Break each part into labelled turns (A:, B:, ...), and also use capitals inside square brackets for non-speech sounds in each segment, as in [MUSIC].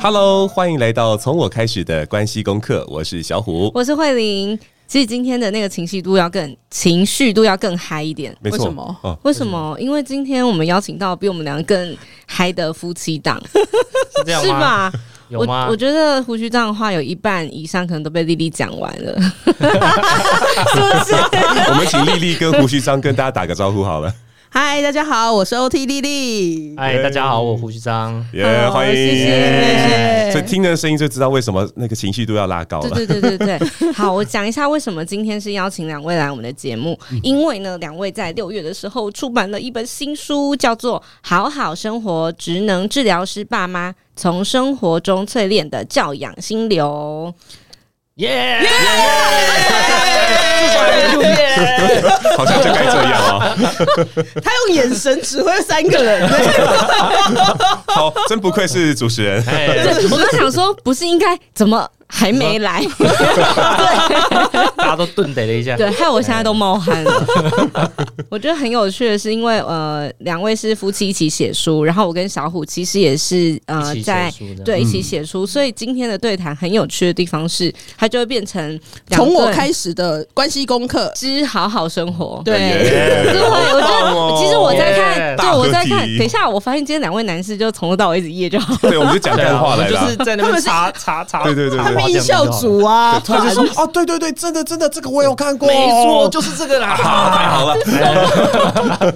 A: Hello，欢迎来到从我开始的关系功课，我是小虎。
B: 我是慧玲。其实今天的那个情绪度要更情绪度要更嗨一点，
A: 没
C: 为
A: 错
C: 什么，
A: 哦，
B: 为什么？因为今天我们邀请到比我们两个更嗨的夫妻档，
C: 是这样
B: 是
C: 吗？
B: 吧？
C: [LAUGHS] 有吗？
B: 我我觉得胡须这样的话，有一半以上可能都被丽丽讲完了，是不是？
A: [LAUGHS] 我们请丽丽跟胡须章跟大家打个招呼
B: [LAUGHS]
A: 好了。
D: 嗨，大家好，我是 OT 丽丽。
A: 对
C: 哎，大家好，我胡须章。
A: 耶、
B: 好
A: 欢迎！
B: 谢谢
A: 所以听的声音就知道为什么那个情绪度要拉高了。
B: 对对对对对， [LAUGHS] 好，我讲一下为什么今天是邀请两位来我们的节目，
C: 嗯
B: 因为呢，两位在六月的时候出版了一本新书，叫做《好好生活：职能治疗师爸妈从生活中淬炼的教养心流》。
C: 耶！至少还没录耶！
A: 好像就该这样啊！
D: [LAUGHS] 他用眼神指挥三个人，
A: 好，真不愧是主持人。
C: 哎，
B: [LAUGHS] 对，我刚想说，不是应该怎么还没
C: [LAUGHS]
B: 来？
C: 大家都顿逮了一下。
B: 对，害我现在都冒汗了。我觉得很有趣的是，因为呃，两位是夫妻一起写书，然后我跟小虎其实也是呃
C: 一起
B: 在
C: 写书这样
B: 对，一
D: 嗯
B: 起写书。所以今天的对谈很有趣的地方是，它就会变成两
D: 从我
B: 顿
D: 开始的关系功课。
B: 之好好生活。
D: 对，
B: 对，我觉
A: 哎棒哦
B: 得其实我在
C: 耶
B: 看，对
A: 大合
B: 我在看。
A: 体
B: 等一下，我发现今天两位男士就从头到尾一直噎就好。
D: [LAUGHS]
A: 对，我们就讲
C: 对啊
A: 干话
C: 我
A: 来
C: 们就
A: 了
C: 是。在那边查查查，
A: 对对对对
D: 他
A: 对
D: 们音效组啊，
A: 突然就说：“哦， [LAUGHS] 对对对，真的真的，这个我有看过，哦
C: 没错，就是这个啦。
A: 啊，太好了，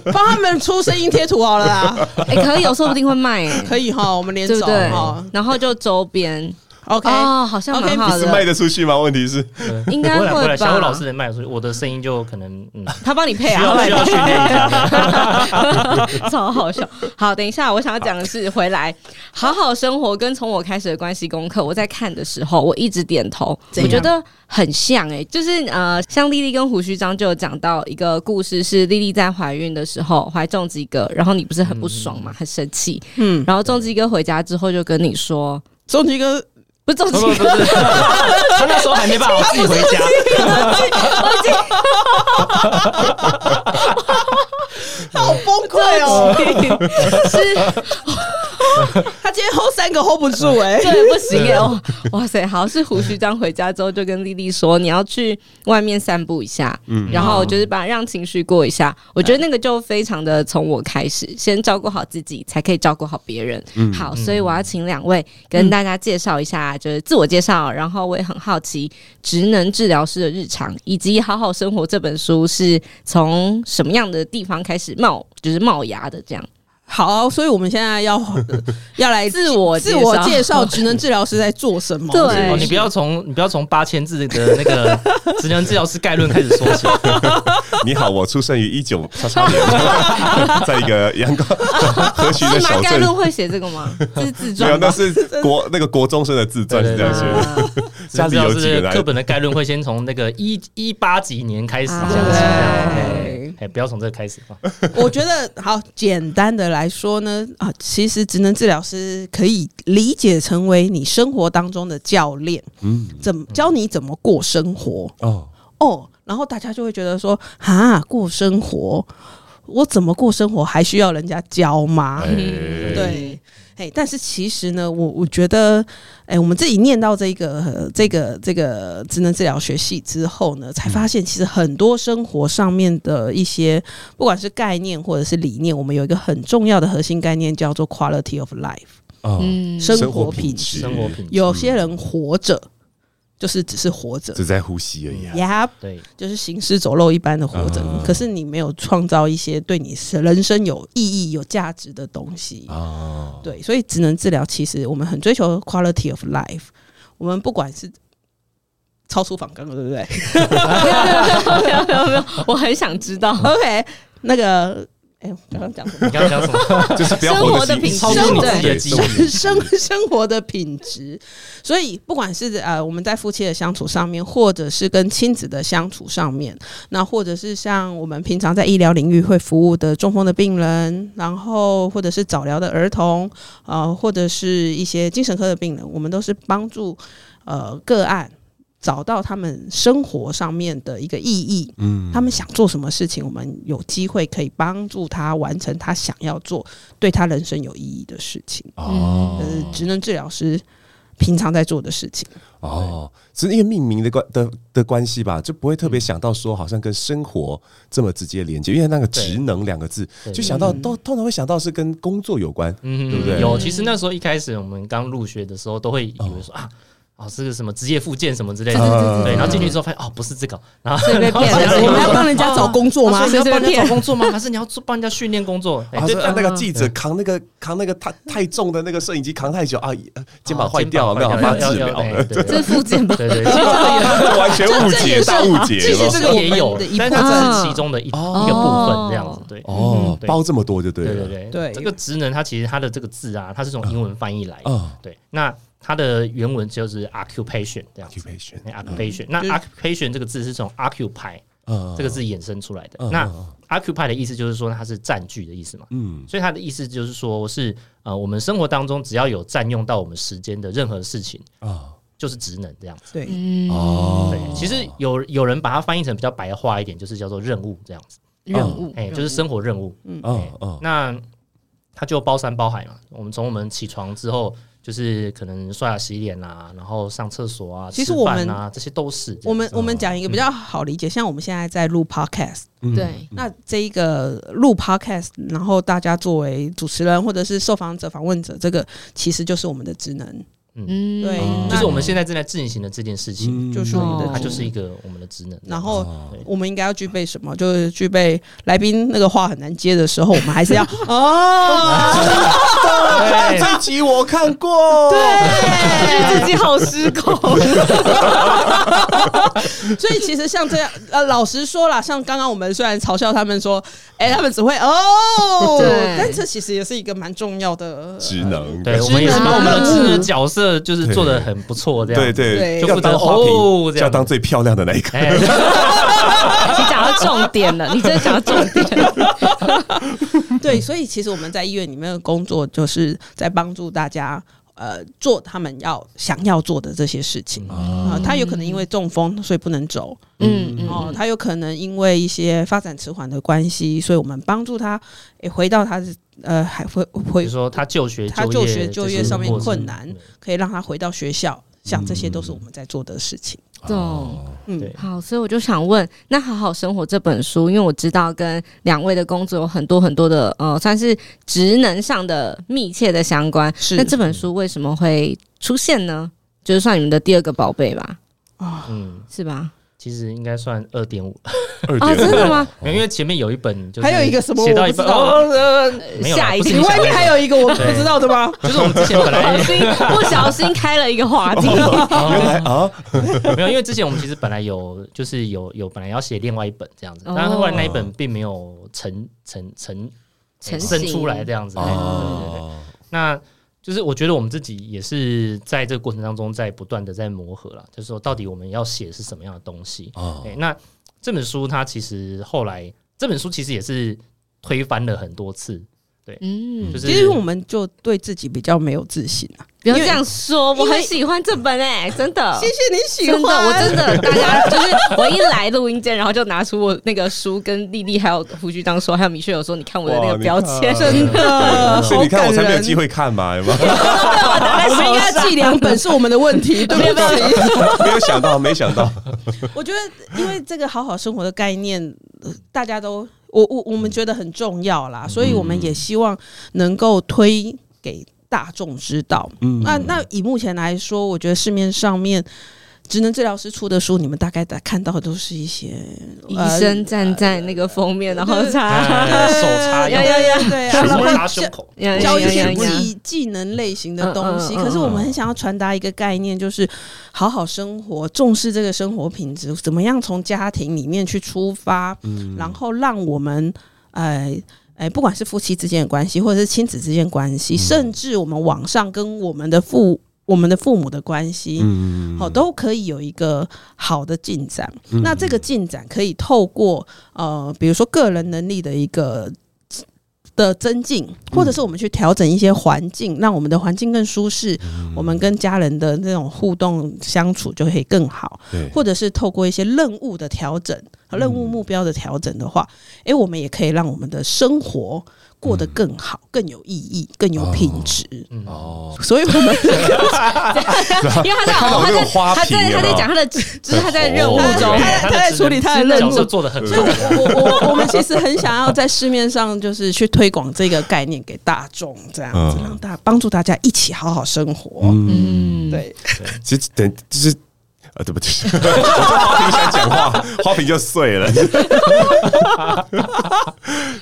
D: 帮他们出声音贴图好
A: [LAUGHS]
D: 了啦，
B: 哎，可以，哦，说不定会卖，哎
D: 可以哈，我们连
B: 对不
D: 走
B: 对
D: 哈？
B: 然后就周边
D: OK，
B: 哦，好像蛮
D: OK，
B: 好
A: 是
B: 的
A: 卖。得出去吗？问题是，
C: 对
B: 应该
C: 不会啦不会啦
B: 会
C: 小虎
B: 吧
C: 老师能卖得出去，我的声音就可能嗯，
B: 他帮你配
C: 需
B: 啊，
C: 要需要训练一下。
B: [LAUGHS] 超好笑。好，等一下，我想要讲的是回来好好生活跟从我开始的关系功课。我在看的时候，我一直点头，
D: 怎
B: 我
D: 样
B: 觉得很像哎、就是呃，像丽丽跟胡须章就有讲到一个故事，是丽丽在怀孕的时候怀中几个，然后你不是很不爽嘛，很生气，
D: 嗯，
B: 然后中基哥回家之后就跟你说，
D: 终极哥
B: 不是中
C: 不
B: 基
C: 不不
B: 哥，
D: [LAUGHS]
C: 是，他那时候还没办法自己回家，
D: 好崩溃哦，
B: 是
D: 他今天 hold 三个 hold 不住哎，
B: 对，不行耶！哇哇塞，好是胡须章回家之后就跟丽丽说，你要去外面散步一下，
A: 嗯
B: 然后就是把让情绪过一下。我觉得那个就非常的从我开始，先照顾好自己，才可以照顾好别人。
A: 嗯
B: 好，所以我要请两位跟大家介绍一下，就是自我介绍，然后我也很好奇职能治疗师的日常，以及《好好生活》这本书是从什么样的地方开始冒，就是冒芽的这样。
D: 好，所以我们现
B: [LAUGHS]
D: 在要要来
B: 自我
D: 自
B: 介
D: 我
B: 绍
D: 介绍职能治疗师在做什么，
B: 对
C: 哦，你不要从你不要从八千字的那个职能治疗师概论开始说起，
A: 你好，我出生于一九叉叉
B: [LAUGHS]
A: 年，在一个阳光和煦的
B: 是吗？
A: 小
B: 概
A: 镇
B: 论。会写这个吗？这是自
A: 哦没有，
B: 传
A: 那
B: 吗？
A: 是 [LAUGHS] 国那个国中生的自传是这样写的。
B: 啊
A: 家里有几个
C: 课
A: 人？
C: 本的概论会先从那个一一八几年开始讲起，
B: 对
C: 哎哎，不要从这个开始啊。
D: 我觉得好简单的来说呢，啊，其实职能治疗师可以理解成为你生活当中的教练，
A: 嗯，
D: 怎么教你怎么过生活
A: 哦，
D: 哦。然后大家就会觉得说，哈，过生活，我怎么过生活还需要人家教吗？
B: 嗯
A: 哎，
D: 对，哎，但是其实呢，我我觉得，哎，我们自己念到这个、呃这个、这个职能治疗学系之后呢，才发现其实很多生活上面的一些，不管是概念或者是理念，我们有一个很重要的核心概念叫做 quality of life，
A: 哦，
B: 嗯，
D: [LAUGHS] 生
A: 活
D: 活品
A: 质，
D: 质。
C: 生活
A: 嗯
C: 品质
D: 有些人活着就是只是活着
A: 嗯只在呼吸而已啊。
D: 呀，
C: 对，
D: 就是行尸走肉一般的活着
A: 啊，
D: 可是你没有创造一些对你人生有意义、有价值的东西。
A: 哦，
D: 对，所以职能治疗其实我们很追求 quality of life，我们不管是超出访纲了，对不对
B: 没有没有没有没有，我很想知道。
D: ？OK，那个，哎、我刚刚讲什么？
C: 你刚刚讲什么？
A: [LAUGHS] [LAUGHS] 就是不要活
B: 生活的品质
C: 超出你自己的
A: 对
C: 记
A: 生
C: 忆
A: 活。
D: [LAUGHS] 生生活的品质，所以不管是呃我们在夫妻的相处上面，或者是跟亲子的相处上面，那或者是像我们平常在医疗领域会服务的中风的病人，然后或者是早疗的儿童，呃，或者是一些精神科的病人，我们都是帮助呃个案。找到他们生活上面的一个意义，嗯，他们想做什么事情，我们有机会可以帮助他完成他想要做对他人生有意义的事情。
A: 哦
D: 呃，职能治疗师平常在做的事情。
A: 哦，只是因为命名的关的的关系吧，就不会特别想到说好像跟生活这么直接连接，因为那个职能两个字
C: 对
A: 就想到都通常会想到是跟工作有关，
C: 嗯，
A: 对不对
C: 有，其实那时候一开始我们刚入学的时候，都会以为说啊。哦，是个什么职业附件什么之类的，
B: 对对对对
C: 对，然后进去之后发现哦，不是这个，然后
B: 所以被骗了
D: [LAUGHS]
C: 然后
B: 我们要
D: 帮人家找工作吗
C: 哦所以你要
B: 随
C: 帮人
B: 便
C: 家找工作吗？还是你要做帮人家训练工作？哎
A: 啊，
C: 对
A: 是那个记者扛那个扛那个太太重的那个摄影机扛太久啊，呃肩膀
C: 哦
A: 坏掉了，没有
C: 肩
A: 办
C: 膀
A: 法
C: 坏
A: 治
C: 掉
A: 疗
C: 要，要要对
B: 这是
C: 对
B: 附 [LAUGHS] 件吧？
C: 对对，对
A: 完全误
D: 这
A: 解
D: 也是
A: 大误解
D: 这也
A: 了
D: 是。
C: 这个也有
D: 我们的一，
C: 但是嗯它只是其中的一一个
A: 哦
C: 部分这样子，对。
A: 哦
C: 嗯，对
A: 包这么多就对啊
C: 对
A: 了
C: 对，对
D: 对
C: 这个职能它其实它的这个字啊，它是从英文翻译来的。
A: 啊
C: 对，那它的原文就是 occupation 这样子。
A: ，occupation，
C: 那 occupation，那
D: 嗯就是
C: occupation 这个字是从 occupy
A: 嗯
C: 这个字衍生出来的
A: 嗯。
C: 那
A: 嗯嗯
C: occupy 的意思就是说它是占据的意思嘛，
A: 嗯
C: 所以它的意思就是说是呃，我们生活当中只要有占用到我们时间的任何事情，
A: 啊
C: 就是职能这样子。
D: 对，
A: 哦
B: 嗯
C: 对，，其实有有人把它翻译成比较白话一点，就是叫做任务这样子，
B: 任务
C: 哎，就是生活任务。
A: 嗯嗯
C: 那它就包山包海嘛。我们从我们起床之后，就是可能刷牙洗脸啊，然后上厕所啊，
D: 其实
C: 吃
D: 我
C: 饭
D: 们
C: 啊，这些都是这样
D: 我们
C: 子啊嗯
D: 我们讲一个比较好理解，像我们现在在录 podcast，
A: 嗯
B: 对，
D: 那这一个录 podcast，然后大家作为主持人或者是受访者、访问者，这个其实就是我们的职能，
B: 嗯
D: 对
A: 嗯，
C: 就是
D: 那
C: 我们现在正在进行的这件事情，
A: 嗯
D: 就是我们的
B: 哦
C: 它
D: 职能
C: 就是一个我们的职能。
D: 然后
A: 哦
D: 我们应该要具备什么？就是具备来宾那个话很难接的时候，我们
C: [LAUGHS]
D: 还是要哦，
C: 对
A: 这一集我看过，
B: 觉得哎自己好失控。
D: [LAUGHS] 所以其实像这样，呃，老实说啦，像刚刚我们虽然嘲笑他们说，哎、他们只会哦，
B: 对
D: 但这其实也是一个蛮重要的
A: 职能，
C: 对，我们也是
B: 职能
C: 把我们的
B: 任务
C: 职能角色就是做的很不错，这样
A: 对对，
D: 对
C: 就
A: 要
C: 负责
A: 当花
C: 哦
A: 瓶，
C: 这
A: 要
C: 样
A: 当最漂亮的那一个。 [LAUGHS]
C: 哎，
B: 你讲到重点 [LAUGHS] 了，你真的讲到重点。
D: 对，所以其实我们在医院里面的工作，就是在帮助大家。呃，做他们要想要做的这些事情啊、他有可能因为中风，所以不能走
B: 嗯嗯
D: 哦、他有可能因为一些发展迟缓的关系，所以我们帮助他，诶、回到他的呃，还会
C: 比
D: 回
C: 如说他就学
D: 他
C: 就
D: 就学就业上面
C: 这些过程
D: 困难，可以让他回到学校，像这些都是我们在做的事情。
B: 懂。
D: 嗯，
C: 对
B: 好，所以我就想问，那《好好生活》这本书，因为我知道跟两位的工作有很多很多的呃，算是职能上的密切的相关。
D: 是
B: 那这本书为什么会出现呢？就是算你们的第二个宝贝吧，
D: 啊，
C: 嗯，
B: 是吧？
C: 其实应该算二点五，
A: 二
B: 哦，真的吗？
C: 因为前面有一本就是
D: 还有一个什么
C: 写到
D: 我
C: 一
D: 不
C: 半
D: 知道
C: 哦，没有啦
B: 吓一
C: 不是
B: 跳
D: 你
C: 你！
D: 外面还有一个我不知道的吗？
C: [LAUGHS] 就是我们之前本
B: 不
C: 来
B: 小心不小心开了一个话题，
C: 哦
A: 原来啊，
D: [LAUGHS]
C: 没有，因为之前我们其实本来有，就是有有本来要写另外一本这样子，
B: 哦
C: 但是后来那一本并没有成成成
B: 成
C: 生
B: 型
C: 出来这样子。对对对对，
A: 哦，
C: 那就是我觉得我们自己也是在这个过程当中在不断的在磨合了，就是说到底我们要写的是什么样的东西。
A: 哦
C: 对，那这本书它其实后来这本书其实也是推翻了很多次，
B: 嗯
C: 就，是
D: 其实我们就对自己比较没有自信啊。
B: 不要这样说，我很喜欢这本哎、真的，
D: 谢谢你喜
B: 真
D: 欢，
B: 的，我真的，大家就是我一来录音间，然后就拿出我那个书，跟丽丽还有胡局长说，还有米雪有说，你看我的那个标签，
A: 哇
B: 真的，
A: 所以你看我才没有机
D: 会。
A: 会看嘛，有吗？ [LAUGHS]
D: 我们应该寄两本是我们的问 [LAUGHS] 题，对不对？
A: 没有想到，没想到，
D: 我觉得，因为这个好好生活的概念，呃大家都我我我们觉得很重要啦，所以我们也希望能够推给大众知道。
A: 嗯
D: 那那以目前来说，我觉得市面上面职能治疗师出的书，你们大概看到的都是一些
B: 医生站在那个封面，然后擦，
C: 哎手
D: [LAUGHS]
C: 插
D: 要
C: 腰，
D: 要要对啊，然
C: 手
D: 后
C: 插胸口，
D: [LAUGHS]
B: 呀
D: 教一
B: 呀呀
D: 些
B: 呀
D: 技技能类型的东西。
B: 嗯嗯嗯嗯
D: 可是我们很想要传达一个概念，就是好好生活，重视这个
A: 嗯
D: 生活品质，怎么样从家庭里面去出发，然后让我们。呃。哎，不管是夫妻之间的关系，或者是亲子之间的关
A: 嗯
D: 系，甚至我们网上跟我们的父、我们的父母的关系，
A: 嗯
D: 好，都可以有一个好的进展。那这个进展可以透过呃，比如说个人能力的一个的增进，或者是我们去调整一些环境，让我们的环境更舒适，
A: 嗯
D: 我们跟家人的那种互动相处就可以更好。
A: 对，嗯
D: 或者是透过一些任务的调整、任务目标的调整的话，诶、我们也可以让我们的生活过得更好、更有意义、更有品质。
C: 嗯，
A: 嗯哦，
D: 所以我
A: [LAUGHS]
D: 们
B: 因为他在
A: 看到我
B: 他
A: 这
B: 在
A: 个花
B: 他
A: 瓶
B: 在
A: 有没
B: 他在
A: 有
B: 讲他的，就是他在任务
A: 哦
B: 中，
A: 对
D: 他在处理他的任
C: 角
D: 务
C: 色做的很好。
D: 我我我们其实很想要在市面上就是去推广这个概念给大众，这样子
A: 嗯
D: 让大帮助大家一起好好生活。
B: 嗯，
D: 对，
A: 其实等就是。啊，对不起， [LAUGHS] 我就花瓶想讲话，花瓶就碎了，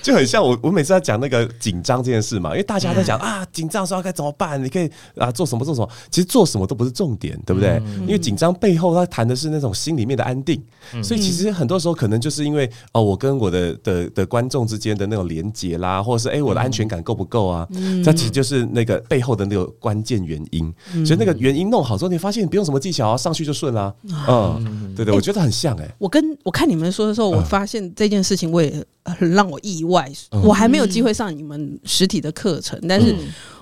A: 就很像我。我每次在讲那个紧张这件事嘛，因为大家在讲、
D: 嗯
A: 啊，紧张的时候该怎么办？你可以啊，做什么做什么？其实做什么都不是重点，对不对？
D: 嗯
A: 因为紧张背后它谈的是那种心里面的安定，所以其实很多时候可能就是因为哦，我跟我的的的观众之间的那种连结啦，或者是哎、
D: 嗯
A: 我的安全感够不够啊？它其实就是那个背后的那个关键原因。
D: 嗯
A: 所以那个原因弄好之后，你发现不用什么技巧啊，上去就顺啦、嗯，对对，我觉得很像哎、
D: 我跟我看你们说的时候，我发现这件事情我也呃很让我意外。
A: 嗯
D: 我还没有机会上你们实体的课程，但
B: 嗯
D: 是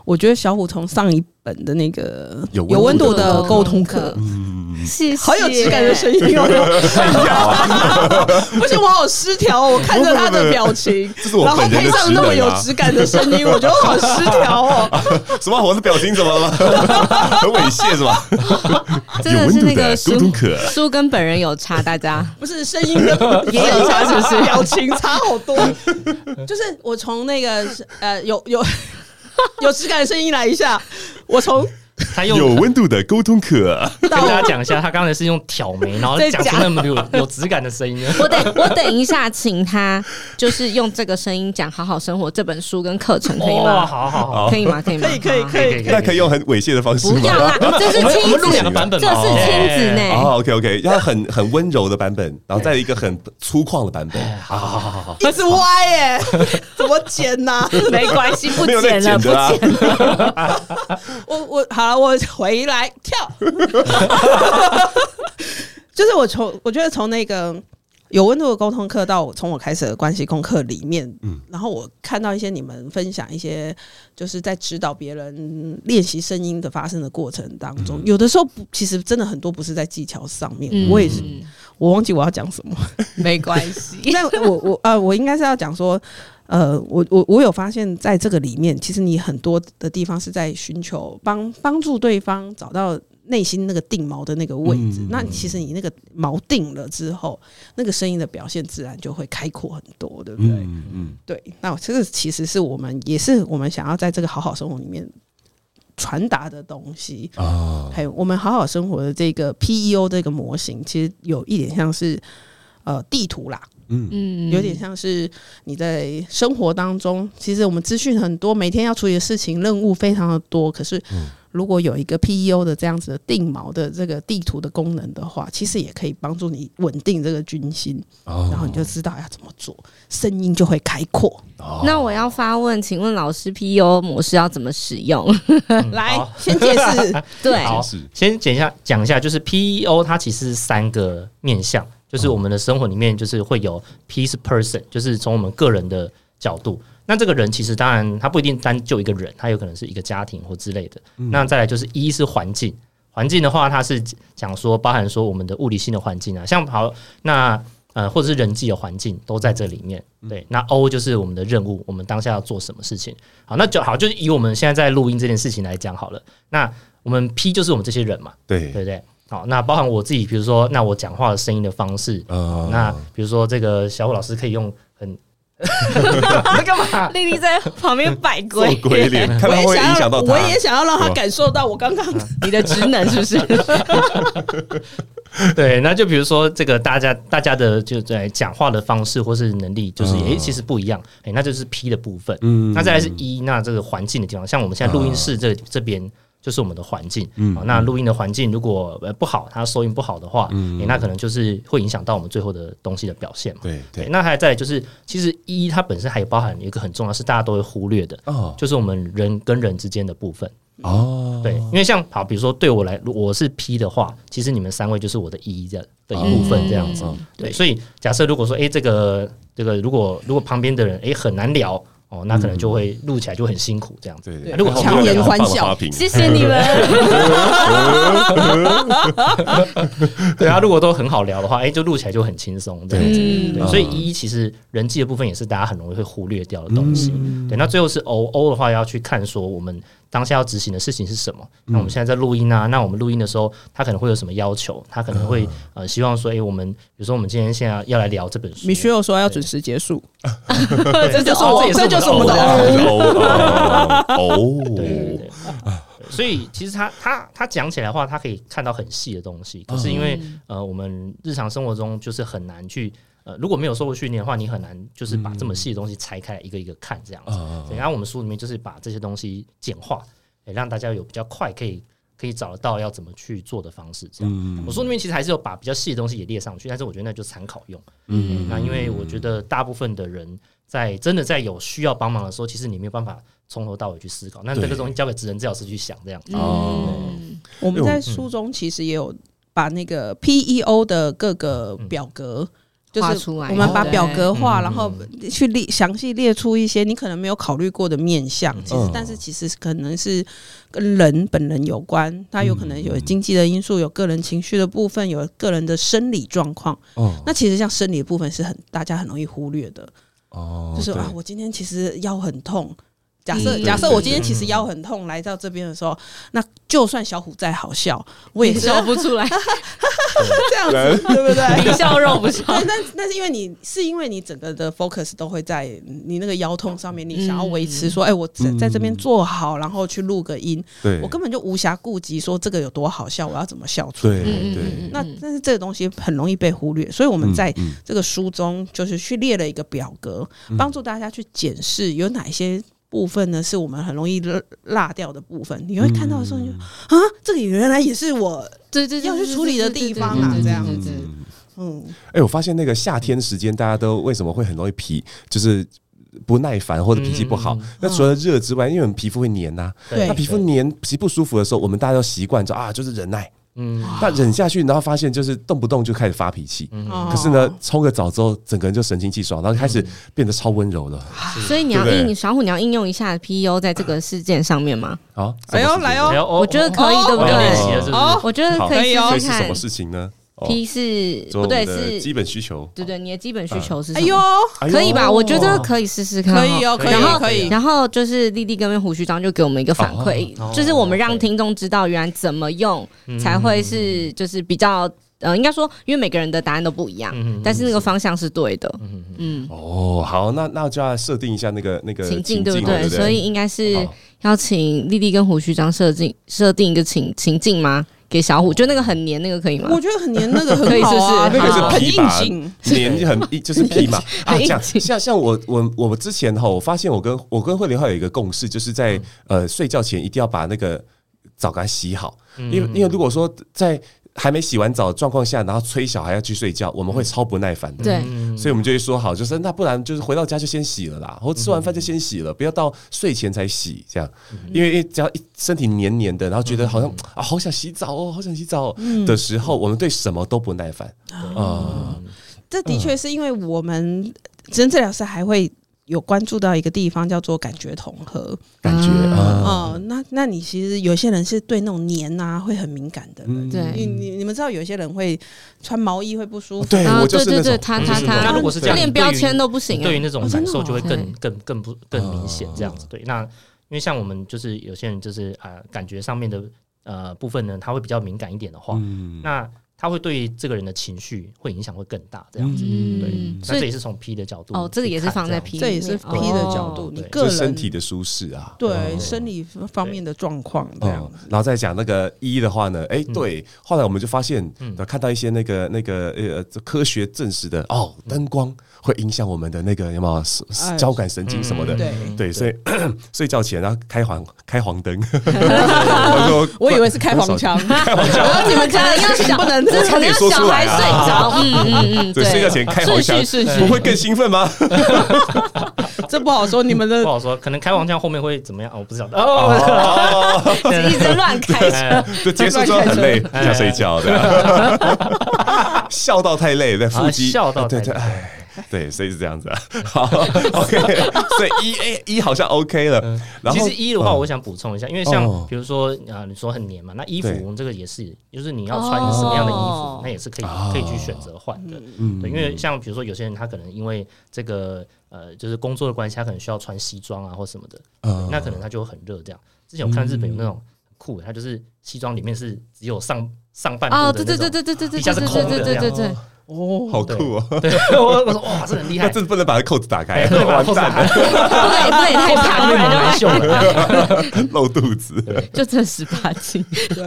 D: 我觉得小虎从上一本的那个
A: 有温度的
D: 温度的沟通课，
A: 嗯
B: 谢谢，
D: 好有质感的声音哦！ [LAUGHS] 不行，我好失调哦，我看着他的表情，
A: [LAUGHS] 这是我
D: 然后
A: 本人
D: 配
A: 的
D: 上
A: 职
D: 那
A: 能
D: 么有
A: 啊
D: 质感的声音，我觉得我好失调哦。
A: 什么？我的表情怎么
B: [LAUGHS]
A: 了吗？很猥亵是吧？
B: 真的是那个
A: 有温度的
B: 书
A: 沟通可
B: 书跟本人有差，大家
D: 不是声音
B: [LAUGHS]
D: 跟
B: 也有差是不是
D: 表情差好多，就是我从那个呃有有有质感的声音来一下，我从
C: 他用
A: 温度的沟通可，
B: [LAUGHS]
C: 跟大家讲一下，他刚才是用挑眉，然后
D: 在
C: 讲出
D: 讲
C: 那么有有质感的声音。
B: 我等我等一下，请他就是用这个声音讲《好好生活》这本书跟课程， [LAUGHS] 可以
C: 哇，
B: 吗？
C: 哦好好好，
B: 可以吗？可以吗？
D: 可以可以
B: 好
D: 可以，
A: 那可以用很猥亵的方式
B: 不
A: 吗
B: 要？啦，这是
C: 我们我
B: 亲
C: 们录
B: 子，
C: 两个版本
B: 这
C: 嘛，
B: 是亲子
C: 哎。
B: 呢。
A: 哦、o k OK，要很很温柔的版本，然后再一个很粗犷的版本，
C: 好好好好好，
D: 一直歪
A: [LAUGHS]
D: 耶，怎么剪啊呐、
B: 没关系，不
A: 没有在
B: 剪了，
A: 剪
B: 不
A: 的啊，
B: 剪。
D: 我我好了，我回来跳， [LAUGHS] 就是我从我觉得从那个有温度的沟通课到我从我开始的关系功课里面，嗯，然后我看到一些你们分享一些就是在指导别人练习声音的发生的过程当中，有的时候不其实真的很多不是在技巧上面，
B: 嗯
D: 我也是我忘记我要讲什么。
B: 没关系。
D: [LAUGHS] 那我我呃，我应该是要讲说，呃，我我我有发现，在这个里面，其实你很多的地方是在寻求帮帮助对方找到内心那个定锚的那个位置。
A: 嗯
D: 那其实你那个锚定了之后，那个声音的表现自然就会开阔很多，对不对？
A: 嗯嗯，
D: 对，那这个其实是我们也是我们想要在这个好好生活里面传达的东西啊。还有我们好好生活的这个 PEO 这个模型，其实有一点像是呃地图啦，
B: 嗯
D: 有点像是你在生活当中，其实我们资讯很多，每天要处理的事情任务非常的多，可是如果有一个 PEO 的这样子的定锚的这个地图的功能的话，其实也可以帮助你稳定这个军心，
A: 哦
D: 然后你就知道要怎么做，声音就会开阔。
B: 那我要发问，请问老师 PU 模式要怎么使用？
D: 来
C: 嗯好，
D: 先解释，
B: 对， [LAUGHS]
C: 好
A: 是，
C: 先讲一下讲一下，就是 PEO 它其实是三个面向，就是我们的生活里面就是会有 P 是 person，就是从我们个人的角度。那这个人其实当然他不一定单就一个人，他有可能是一个家庭或之类的。那再来就是一是环境，环境的话它是讲说包含说我们的物理性的环境啊，像好那呃或者是人际的环境都在这里面。对，那 O 就是我们的任务，我们当下要做什么事情。好，那就好，就是以我们现在在录音这件事情来讲好了。那我们 P 就是我们这些人嘛，
A: 对，
C: 对不对？好，那包含我自己，比如说，那我讲话的声音的方式，
A: 呃
C: 那比如说这个小虎老师可以用很， [COUGHS] 在干嘛？
B: 丽丽在旁边摆
A: 做
B: 鬼，
A: 鬼
B: [LAUGHS]
A: 脸，看
D: 我
A: 来
D: 也
A: 会
D: 想
A: 影
D: 要，
A: 响到他。
D: 我也想要让他感受到我刚刚
B: 你的职能是不是？
C: 对，那就比如说这个大家大家的就在讲话的方式或是能力，就是
A: 嗯
C: 诶、其实不一样，诶、那就是 E， P 的部分。
A: 嗯
C: 那再来是一、那这个环境的地方，像我们现在录音室这、这边，就是我们的环境。
A: 嗯
C: 嗯，那录音的环境如果呃不好，它收音不好的话，
A: 嗯
C: 诶那可能就是会影响到我们最后的东西的表现嘛。
A: 对对，
C: 那还在就是，其实一它本身还包含一个很重要是大家都会忽略的，
A: 哦
C: 就是我们人跟人之间的部分。
A: 哦，
C: 对，因为像好，比如说对我来，如我是 P 的话，其实你们三位就是我的一这样的一部分这样
B: 嗯
C: 子。
A: 哦
C: 对，所以假设如果说，哎、这个这个，如果如果旁边的人，哎、很难聊哦，那可能就会录起来就很辛苦这样
A: 嗯
C: 子。啊
A: 对
D: 对
A: 对，
C: 如果
D: 强颜欢笑
A: 花瓶
B: 谢谢你们。
C: [LAUGHS] 对啊，如果都很好聊的话，哎、就录起来就很轻松这样子。
B: 嗯
C: 对，所以一其实人际的部分也是大家很容易会忽略掉的东西。对，那最后是 O O 的话，要去看说我们当下要执行的事情是什么。那我们现在在录音啊，那我们录音的时候，他可能会有什么要求？他可能会、呃希望说，哎、我们比如说我们今天现在要来聊这本书，
D: 米学友说要准时结束，
C: 对
D: 这就是我，这就是我们的
C: 偶尔
D: 偶。
A: 哦
C: 对对对
A: 哦，
C: 对 [LAUGHS] 所以其实他他他讲起来的话，他可以看到很细的东西，可是因为、
D: 嗯
C: 呃，我们日常生活中就是很难去呃，如果没有受过训练的话，你很难就是把这么细的东西拆开来一个一个看这样子。对然后我们书里面就是把这些东西简化，也让大家有比较快可以可以找得到要怎么去做的方式这样。
B: 嗯
C: 我书里面其实还是有把比较细的东西也列上去，但是我觉得那就参考用。嗯，那因为我觉得大部分的人在真的在有需要帮忙的时候，其实你没有办法从头到尾去思考，那这个
A: 对
C: 东西交给职能治疗师去想这样子。
A: 哦
B: 嗯
D: 我
C: 哎
D: 们
C: 嗯
D: 在书中其实也有把那个 PEO 的各个表格。就
B: 画
D: 是
B: 出来哦
D: 我们把
B: 对
D: 表格化，
C: 嗯
D: 然后去列详细列出一些你可能没有考虑过的面向。其实
A: 嗯，
D: 但是其实可能是跟人本人有关，它有可能
C: 嗯
D: 有经济的因素，有个人情绪的部分，有个人的生理状况。
A: 哦
D: 那其实像生理的部分是很大家很容易忽略的，
A: 哦
D: 就是
A: 对
D: 啊，我今天其实腰很痛。假设
B: 嗯
D: 假设
B: 对
D: 我今天
C: 对
D: 其
C: 嗯
D: 实腰很痛，来到这边的时候，那就算小虎再好笑，我也
B: 也
D: 是
B: 笑不 [LAUGHS] 出来，
D: 这样子，对不 [LAUGHS] 对？
B: 皮笑肉不笑。
D: 但但但是因为你是因为你整个的 focus 都会在你那个腰痛上面，你想要维持说，哎、我在在这边做好，然后去录个音，
A: 嗯对，
B: 嗯
D: 我根本就无暇顾及说这个有多好笑，我要怎么笑出来。
A: 对
B: 嗯嗯
A: 对
B: 嗯
D: 那但是这个东西很容易被忽略，所以我们在
A: 嗯嗯
D: 这个书中就是去列了一个表格，帮助大家去检视有哪些部分呢是我们很容易落落掉的部分。你会看到的时候，你就、啊，这个原来也是我，
B: 对对
D: 要去处理的地方
A: 啊这样
B: 子。
D: 嗯，
A: 哎、我发现那个夏天时间，大家都为什么会很容易脾，就是不耐烦或者脾气不好？
C: 嗯嗯
A: 那除了热之外，因为我们皮肤会黏呐、
D: 对
A: 那皮肤黏、皮不舒服的时候，我们大家都习惯着啊，就是忍耐。
C: 嗯，
A: 那忍下去，然后发现就是动不动就开始发脾气。
B: 嗯
D: 哦
A: 可是呢，冲个澡之后，整个人就神清气爽，然后开始
B: 嗯
A: 变得超温柔了。
B: 所以你要
A: 对不对
B: 应小虎，你要应用一下 PU 在这个事件上面吗？
A: 好，
B: 哎
D: 来哟来哟，
C: 然后
B: 哦我觉得可以，对不
C: 我要哦练习
B: 对？
C: 了，是不
D: 哦
C: 是？
B: 我觉得可以
A: 所
B: 试
A: 以是
B: 试
A: 什
B: 看
A: 么。事情呢？哦
B: P 是
A: 说
B: 不
A: 我们
B: 对
A: 的
B: 是
A: 基本需求。
B: 对对，你的基本需
A: 嗯
B: 求是什
D: 哎呦
B: 么？，
A: 哎呦
B: 可以吧？我觉得 [LAUGHS] 可以试试看哦，
D: 可以哦，可以
B: 然
D: 哦
B: 后
D: 可以。
B: 然后就是丽丽跟胡须章就给我们一个反馈
C: 哦，
B: 就是我们让
C: 对
B: 听众知道原来怎么用才会是就是比较呃，应该说因为每个人的答案都不一样
C: 嗯嗯嗯，
B: 但是那个方向是对的，嗯，
A: 哦，好，那那就要设定一下那个那个
B: 情
A: 境，
B: 境对不
A: 对？
B: 对？所以应该是
A: 好
B: 要请丽丽跟胡须章设定设定一个情情境吗？给小虎，就那个很黏那个可以吗
D: 我？觉得很黏那个
B: 可
D: 很
B: 以
D: 好啊，
B: 是不是
D: 很
B: 那个是
D: 很
A: 皮
D: 应
A: 吧
D: 景。
A: 年纪很硬就是皮
B: [LAUGHS]
A: 嘛啊，
B: 很
A: 这样
B: 硬气
A: 像像我我我之前哈，我发现我跟我跟慧玲浩有一个共识，就是在、
B: 嗯
A: 呃睡觉前一定要把那个澡给它洗好，
C: 嗯
A: 因为因为如果说在还没洗完澡的状况下，然后催小孩要去睡觉，我们会超不耐烦的。
B: 对，
C: 嗯
A: 所以我们就会说好，就是那不然就是回到家就先洗了啦，或吃完饭就先洗了，不要到睡前才洗这样，因为只要一身体黏黏的，然后觉得好像啊好想洗澡哦，好想洗澡、哦
B: 嗯
A: 的时候，我们对什么都不耐烦啊。
C: 嗯
D: 这的确是因为我们职能治疗师还会有关注到一个地方叫做感觉统合
A: 感觉啊，
D: 哦、那那你其实有些人是对那种黏啊会很敏感的人，
A: 嗯哦
B: 对
D: 你你你们知道有些人会穿毛衣会不舒服，
A: 对哎
B: 然
A: 我
B: 后
A: 就
B: 对
A: 是
B: 啊对
A: 那
B: 对，
A: 种，
B: 他
A: 我就
B: 他
A: 是那种
B: 他，
C: 那如果是这样
B: 连
C: 你对于
B: 标签都不行啊，
C: 对于那种感受就会
B: 哦真的
C: 更
B: 哦
C: 更更不更明显这样
A: 哦
C: 子。对，那因为像我们就是有些人就是啊、呃感觉上面的呃部分呢，他会比较敏感一点的话，
A: 嗯
C: 那它会对这个人的情绪会影响会更大，这样子。
B: 嗯，
C: 那
B: 所
C: 这也
B: 以
C: 是从 P 的角度
B: 哦，这个也是
C: 去看
B: 放在
C: 样子
B: P，
D: 这也是 P 的角
B: 哦
D: 度，你
C: 对
D: 个
A: 就
D: 人
A: 身体的舒适啊，
D: 对生理方面的状况这样
A: 哦，然后再讲那个一的话呢，哎、
C: 嗯
A: 对，后来我们就发现，呃看到一些那个那个呃这科学证实的哦，
C: 嗯
A: 灯光会影响我们的那个有没有是是
D: 哎
A: 交感神经什么的，
C: 嗯
D: 对
A: 对，所以 [CLEARS THROAT] 睡觉前然后开黄开黄灯， [LAUGHS] 我说
D: [LAUGHS] 我以为是开黄腔，
A: 哦
D: 然
B: 哦
D: 后你们家的要想不能
B: 这
A: 差
B: 可能
A: 点说
B: 小
A: 出来
B: 孩
A: 啊
B: 睡着，嗯嗯嗯，
A: [LAUGHS] 对，睡觉前开黄腔
B: 顺序顺序
A: 不会更兴奋吗？
D: [LAUGHS] 这不好说。你们的
A: 哦
C: 不好说，可能开黄腔后面会怎么样？哦我不知道。哦，
B: [LAUGHS] 一直乱开车。
C: [LAUGHS] 哎
A: [LAUGHS] 就结束之后很累，
C: 哎
A: 想睡觉的，
C: [LAUGHS]
A: [LAUGHS] 笑到太累，在腹肌
C: 啊笑到
A: 对
C: 太累
A: 对，哎。对，所以是这样子啊。 [LAUGHS] 好，OK，所以一 A 一好像 OK 了。然
C: 嗯其
A: 后
C: 实一的话，我想补充一下，因为像
A: 哦
C: 比如说啊，你说很黏嘛，那衣服
A: 对
C: 这个也是，就是你要穿什么样的衣
B: 哦
C: 服，那也是可以可以去选择换的。
A: 嗯
C: 对，因为像比如说有些人他可能因为这个呃，就是工作的关系，他可能需要穿西装啊或什么的，
A: 嗯
C: 那可能他就会很热这样。之前我看日本有那种很酷的，他就是西装里面是只有上上半
B: 哦，
C: 部
B: 对
C: 的
B: 对
C: 那
B: 对
C: 种。
B: 对对对对
C: 一下
B: 对对
C: 是空的
B: 对对对
C: 这
B: 对
C: 样，
D: 哦，
A: 好酷 [LAUGHS] 哦，
C: 对，我我说哇，这很厉害
A: 那，真的不能把扣子打开，啊
C: 对把
A: 完
C: 扣子打
A: 蛋
C: 开
A: 了，
B: 不可以不可以太胖，不
C: [LAUGHS]
B: 然就
C: 难
B: 会
C: 秀了。
A: 露肚子， [LAUGHS]
B: 就正十八斤。
A: 因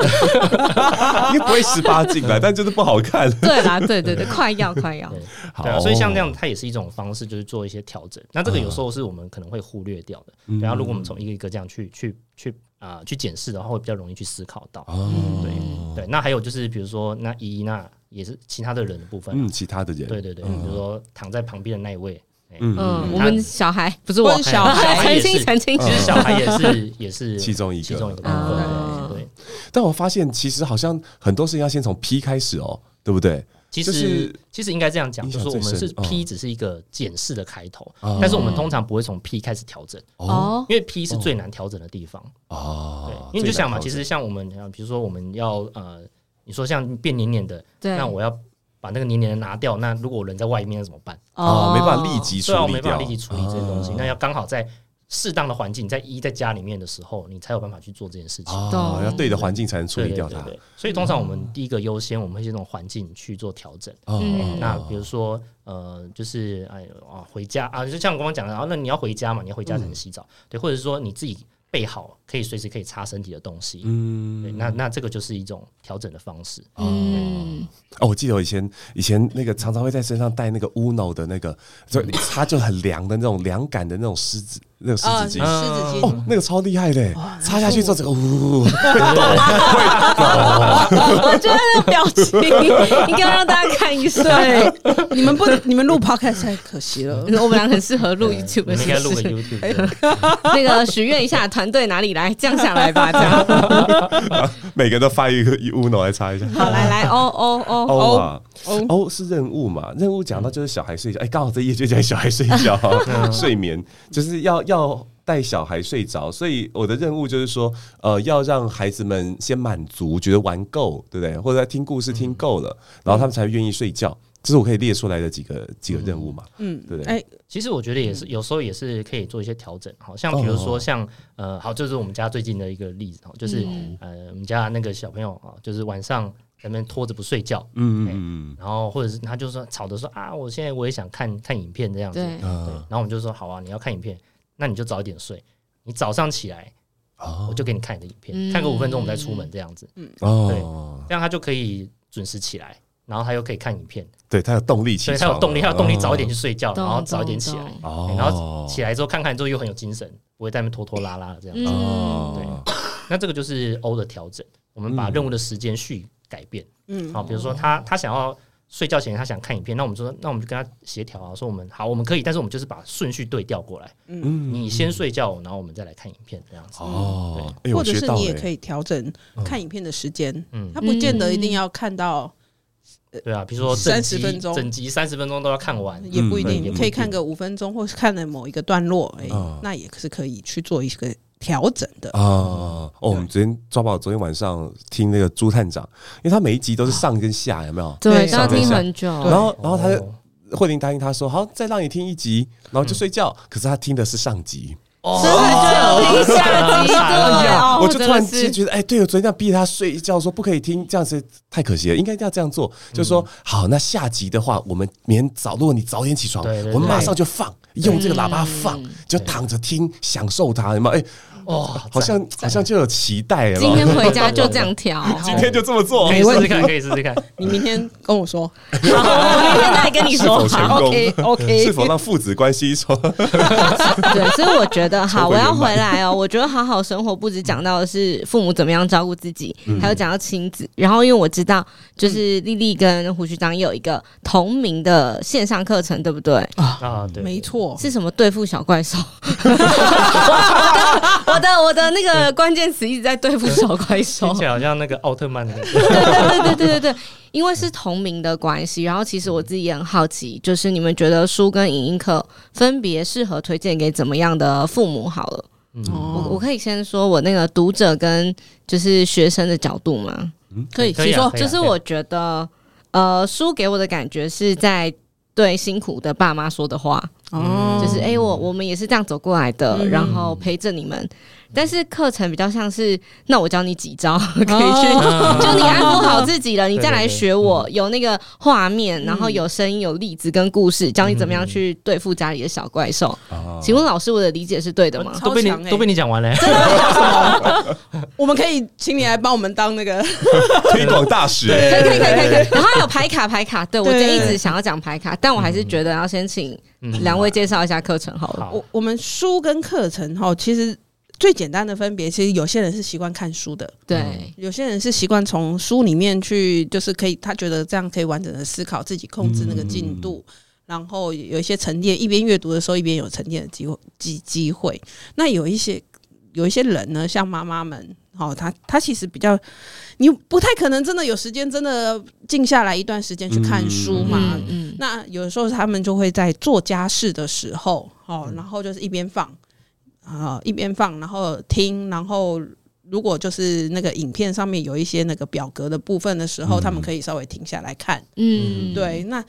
A: 为不会十八
C: 嗯
A: 禁了，但就是不好看。
B: [LAUGHS] 对啦，对对对，快要快要。
A: 好
C: 对啊，所以像这样，它也是一种方式，就是做一些调整。那这个有时候是我们可能会忽略掉的。
A: 嗯
C: 对啊，如果我们从一个一个这样去去去啊、去检视的话，会比较容易去思考到。
A: 哦
C: 对对，那还有就是比如说那一那也是其他的人的部分啊、
A: 嗯，其他的人，
C: 对对对，比如说躺在旁边的那一位，哎
A: 嗯
B: 嗯，我们小孩不是我
D: 我是小孩
B: 澄清澄清
C: 其。实小孩也
A: [LAUGHS]
C: 是也是
A: 其中一个嗯
C: 其中一个部
B: 啊
C: 分。哎对，对
A: 但我发现其实好像很多事情要先从 P 开始哦，对不对？
C: 其
A: 就
C: 实
A: 是
C: 其实应该这样讲，
A: 印
C: 就
A: 象
C: 是我们
A: 最深
C: 是
A: 嗯
C: P 只是一个检视的开头，
A: 嗯
C: 但是我们通常不会从 P 开始调整。
B: 哦，
C: 因为 P 是最难调整的地方，对，
A: 哦，
C: 因为你就想嘛，
A: 最
C: 其
A: 难
C: 实像我们，呃比如说我们要呃，你说像变黏黏的，
B: 对
C: 那我要把那个黏黏的拿掉，那如果我人在外面怎么办？
A: 哦，没办法立即处
C: 啊虽然我
A: 理
C: 没
A: 掉，哦
C: 办法立即处理这些东西，那要刚好在适当的环境，在一在家里面的时候，你才有办法去做这件事情。
A: 哦，
B: 懂
A: 要对的环境才能处
C: 对
A: 理
C: 对
A: 掉
C: 对
A: 它。哦
C: 对，所以通常我们第一个优先，我们会先从环境去做调整。
B: 嗯
C: 那比如说，呃，就是哎啊，回家啊，就像我刚刚讲的，啊，那你要回家嘛，你要回家才能洗澡，对，或者是说你自己备好可以随时可以擦身体的东西，嗯，对，那那这个就是一种调整的方式，
B: 嗯，
A: 哦，我记得我以前以前那个常常会在身上带那个 Uno 的那个，就它就很凉的那种凉感的那种湿纸那种湿纸巾。
D: 啊湿纸巾
A: 哦，那个超厉害的，擦下去之后整个呜， [LAUGHS]
C: 哦
B: [LAUGHS] 我觉得那个表情应该让大家看一下。
D: 对，你们不，你们录 podcast 太可惜
A: [LAUGHS]
D: 了。
B: 我们俩很适合录
C: 对
B: YouTube，
C: 我们应该
B: 是
C: 录
B: 不 [LAUGHS]
C: 个
B: 是？哎
C: YouTube，对
B: 那个许愿一下，团队哪里来？降下来吧，这样。
A: 每个人都发一个 Uno 来擦一下。
B: 好，来来，哦哦哦，
A: 哦啊
D: 哦
A: 哦是任务嘛？任务讲到就是小孩睡觉，哎，刚好这页就讲小孩睡
C: [LAUGHS]
A: 觉啊
C: 嗯
A: 睡眠，就是要要带小孩睡着，所以我的任务就是说，呃，要让孩子们先满足，觉得玩够，对不对？或者在听故事听够
C: 嗯
A: 了，然后他们才愿意睡觉。这是我可以列出来的几个几个任务嘛？
D: 嗯
A: 对不对
D: 哎，
C: 其实我觉得也是，有时候也是可以做一些调整，好像比如说像呃，好，这是我们家最近的一个例子，哦就是
B: 嗯
C: 呃，我们家那个小朋友啊，就是晚上在那边拖着不睡觉，
A: 嗯嗯
C: 然后或者是他就说吵着说啊，我现在我也想看看影片这样子，
B: 对
A: 嗯，
C: 对
A: 啊，
C: 然后我们就说好啊，你要看影片，那你就早一点睡，你早上起来我
A: 哦
C: 就给你看你的影片，
B: 嗯
C: 看个五分钟我们再出门这样子，
A: 哦，
C: 这样他就可以准时起来，然后他又可以看影片，
A: 对他有动力起床，
C: 所以他有动力，他有动力早一点去
A: 哦
C: 睡觉，
B: 懂
C: 然后早一点起来，
B: 懂
A: 哦
C: 对，然后起来之后看看之后又很有精神，不会在那边拖拖拉拉的这样子。
B: 嗯，
A: 哦
C: 那这个就是 O 的调整，我们把任务的时间序改变。
D: 嗯，
C: 好，比如说他他想要睡觉前他想看影片，那我们就说，那我们就跟他协调啊，说我们好，我们可以，但是我们就是把顺序对调过来，
A: 嗯
C: 你先嗯睡觉，然后我们再来看影片这样子。
A: 哦，哎
D: 或者是你也
A: 以。
D: 可以调
A: 哎
D: 整
A: 嗯
D: 看影片的时间，
C: 嗯
D: 他不见得一定要看到，
C: 对啊，比如说整集
D: 30分钟
C: 整集三十分钟都要看完。
D: 也不一定，
C: 嗯
D: 你可以看个五分钟，或是看了某一个段落，哎
A: 嗯，
D: 那也是可以去做一个调整的。
A: 啊、哦，我们昨天抓宝，昨天晚上听那个朱探长，因为他每一集都是上跟下，有没有？
B: 对，
D: 对
B: 都要听很久。
A: 然后，然后他
C: 哦
A: 就慧玲答应他说，好，再让你听一集，然后就睡觉。可是他听的是上集，
C: 哦
D: 真的就
B: 听下集对哦，
A: 哦我就突然
B: 真的
A: 间
B: 是
A: 觉得，哎，对，我昨天这样逼他睡一觉，说不可以听，这样子太可惜了，应该要这样做。就说好，那下集的话，我们明天早，如果你早点起床，
C: 对对对
A: 我们马上就放，用这个喇叭放，就躺着听，享受它，有没有？哎，
C: 哦，
A: 好像好像就有期待了。
B: 今天回家就这样
A: [LAUGHS]
B: 调，
A: 今天就这么做
C: 可，以
D: 没问
C: 试
D: 题
C: 试哦看，可以试试看。
A: [LAUGHS]
D: 你明天跟我说，
B: 好，我明天再跟你说
A: 是否成
B: 好
A: 功
B: ，OK
A: [LAUGHS]
B: OK，
A: 是否让父子关系说
B: 对，所以我觉得好，
A: 成
B: 我
A: 为圆
B: 要
A: 满
B: 回来哦。我 [LAUGHS] 觉得好好生活不止讲到的是父母怎么样照顾自己，
A: 嗯
B: 还有讲到亲子。然后因为我知道，就是丽丽跟胡须章也有一个同名的线上课程，对不对？
A: 哦
C: 啊，对，
D: 没错，
B: 是什么对付小怪兽？ [LAUGHS] 我的我的我的那个关键词一直在对付小怪兽
C: 听起。来好像那个奥特
D: [LAUGHS]
C: 曼的感觉。
B: 对对对对对对，因为是同名的关系，然后其实我自己也很好奇，就是你们觉得书跟影音课分别适合推荐给怎么样的父母？好了，
D: 哦
C: 嗯，
B: 我我可以先说我那个读者跟就是学生的角度吗？
D: 可以，
C: 可以
D: 请
C: 啊
D: 说
C: 可以。
B: 就是我觉得，呃，书给我的感觉是在对辛苦的爸妈说的话，
D: 哦
B: 就是哎、诶我我们也是这样走过来的，
D: 嗯
B: 然后陪着你们。但是课程比较像是，那我教你几招可以去，
C: 啊
D: [LAUGHS] 哦
B: [LAUGHS]
C: 嗯
B: 就你安抚好自己了，你
C: 对嗯
B: 再来学我，有那个画面，然后有声音，有例子跟故事，教你怎么样去对付家里的小怪兽。
C: 嗯
A: 啊
B: 请问老师，我的理解是对的吗？
C: 都被
D: 超强
C: 你
D: 欸
C: 都被你讲完了， [LAUGHS]
D: 我们可以请你来帮我们当那个，
A: 推广大使？
B: 可以可以可以可以可以。 [LAUGHS] 然后还有牌卡牌卡，对我今天一直想要讲牌卡，但我还是觉得要先请
C: 嗯
B: 两位介绍一下课程好了。
C: 好
D: 我我们书跟课程哈，其实最简单的分别，其实有些人是习惯看书的，
B: 对，
D: 有些人是习惯从书里面去，就是可以，他觉得这样可以完整的思考，自己控制那个进度，
B: 嗯
D: 然后有一些沉淀，一边阅读的时候一边有沉淀的机会机机会。那有一些有一些人呢，像妈妈们，哦，她她其实比较，你不太可能真的有时间真的静下来一段时间去看书嘛，
B: 嗯嗯，
D: 那有时候他们就会在做家事的时候，哦，然后就是一边放啊、一边放，然后听，然后如果就是那个影片上面有一些那个表格的部分的时候，他们可以稍微停下来看。
B: 嗯，
D: 对，那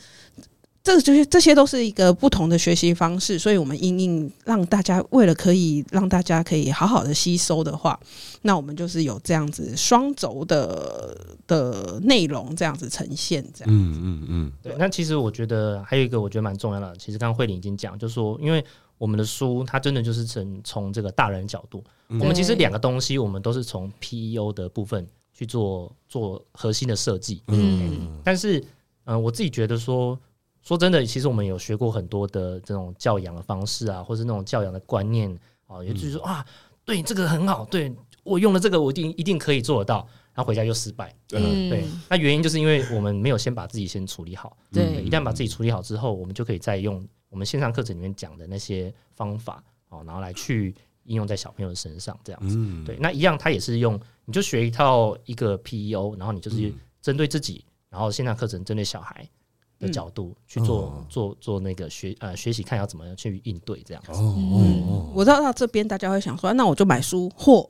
D: 这就是这些都是一个不同的学习方式，所以我们因应让大家为了可以让大家可以好好的吸收的话，那我们就是有这样子双轴的的内容这样子呈现，这样。
A: 嗯嗯嗯，
C: 对，那其实我觉得还有一个我觉得蛮重要的，其实刚刚慧玲已经讲，就是说，因为我们的书它真的就是从从这个大人角度，
A: 嗯
C: 我们其实两个东西我们都是从 PEO 的部分去做做核心的设计，
B: 嗯
C: 但是嗯、呃我自己觉得说。说真的，其实我们有学过很多的这种教养的方式啊，或是那种教养的观念啊，也就是说啊，对这个很好，对我用了这个，我一定一定可以做得到，然后回家又失败。
B: 嗯
C: 对，那原因就是因为我们没有先把自己先处理好。对，
B: 对
C: 一旦把自己处理好之后，我们就可以再用我们线上课程里面讲的那些方法哦，然后来去应用在小朋友的身上，这样子。
A: 嗯
C: 对，那一样，它也是用，你就学一套一个 PEO，然后你
A: 嗯
C: 就是针对自己，然后线上课程针对小孩的角度去做、
A: 哦
C: 做做那个学呃学习，看要怎么样去应对这样子。
A: 哦，
D: 嗯我知道到这边大家会想说，啊那我就买书或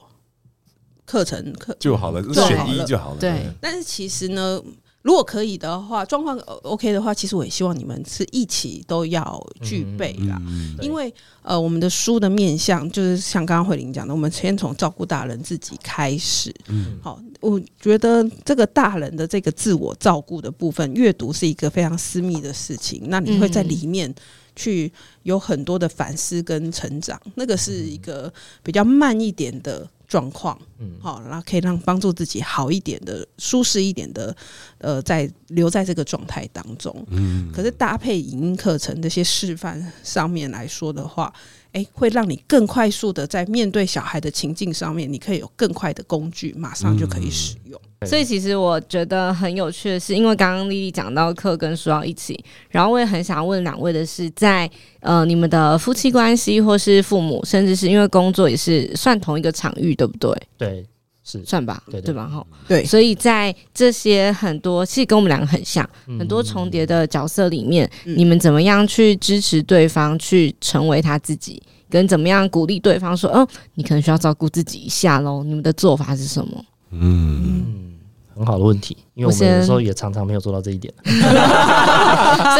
D: 课程课，
A: 就好了，
D: 对
A: 选一就好了。
B: 对，
D: 但是其实呢，如果可以的话，状况呃 OK 的话，其实我也希望你们是一起都要具备啦。
A: 嗯，
C: 对
D: 因为呃，我们的书的面向就是像刚刚慧玲讲的，我们先从照顾大人自己开始。
A: 嗯
D: 好，我觉得这个大人的这个自我照顾的部分，阅读是一个非常私密的事情，那你会在
C: 嗯
D: 里面去有很多的反思跟成长，那个是一个比较慢一点的状况。
C: 嗯，
D: 好，然后可以让帮助自己好一点的、舒适一点的，呃，在留在这个状态当中。
A: 嗯
D: 可是搭配影音课程这些示范上面来说的话，诶，会让你更快速的在面对小孩的情境上面，你可以有更快的工具，马上就可以使用。
C: 嗯
B: 所以其实我觉得很有趣的是，因为刚刚丽丽讲到课跟书要一起，然后我也很想问两位的是，在呃你们的夫妻关系，或是父母，甚至是因为工作也是算同一个场域，对不对？
C: 对，是
B: 算吧，
C: 对对
B: 对吧？哈，
D: 对
B: 所以在这些很多其实跟我们两个很像，
C: 嗯
B: 很多重叠的角色里面，
D: 嗯
B: 你们怎么样去支持对方去成为他自己，跟怎么样鼓励对方说，哦，你可能需要照顾自己一下喽。你们的做法是什么？
A: 嗯，
C: 嗯，很好的问题，因为我
B: 我
C: 们有
B: 先
C: 时候也常常没有做到这
B: [LAUGHS]
C: 一点。 [LAUGHS]
B: 所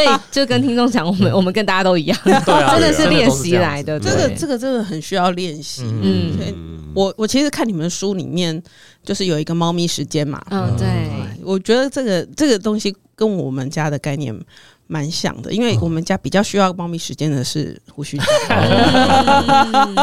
B: 以就跟听众讲，我们我们跟大家都一样，
C: 对
B: [LAUGHS]
C: 啊
B: 真的是
C: 对
B: 练习来的。
C: 真
D: 这
C: 的
D: 个
B: 对
D: 这个真的很需要练习。
B: 嗯
D: 对我我其实看你们书里面，就是有一个猫咪时间嘛，
B: 嗯对，
D: 我觉得这个这个东西跟我们家的概念蛮像的，因为我们家比较需要猫咪时间的是胡须章，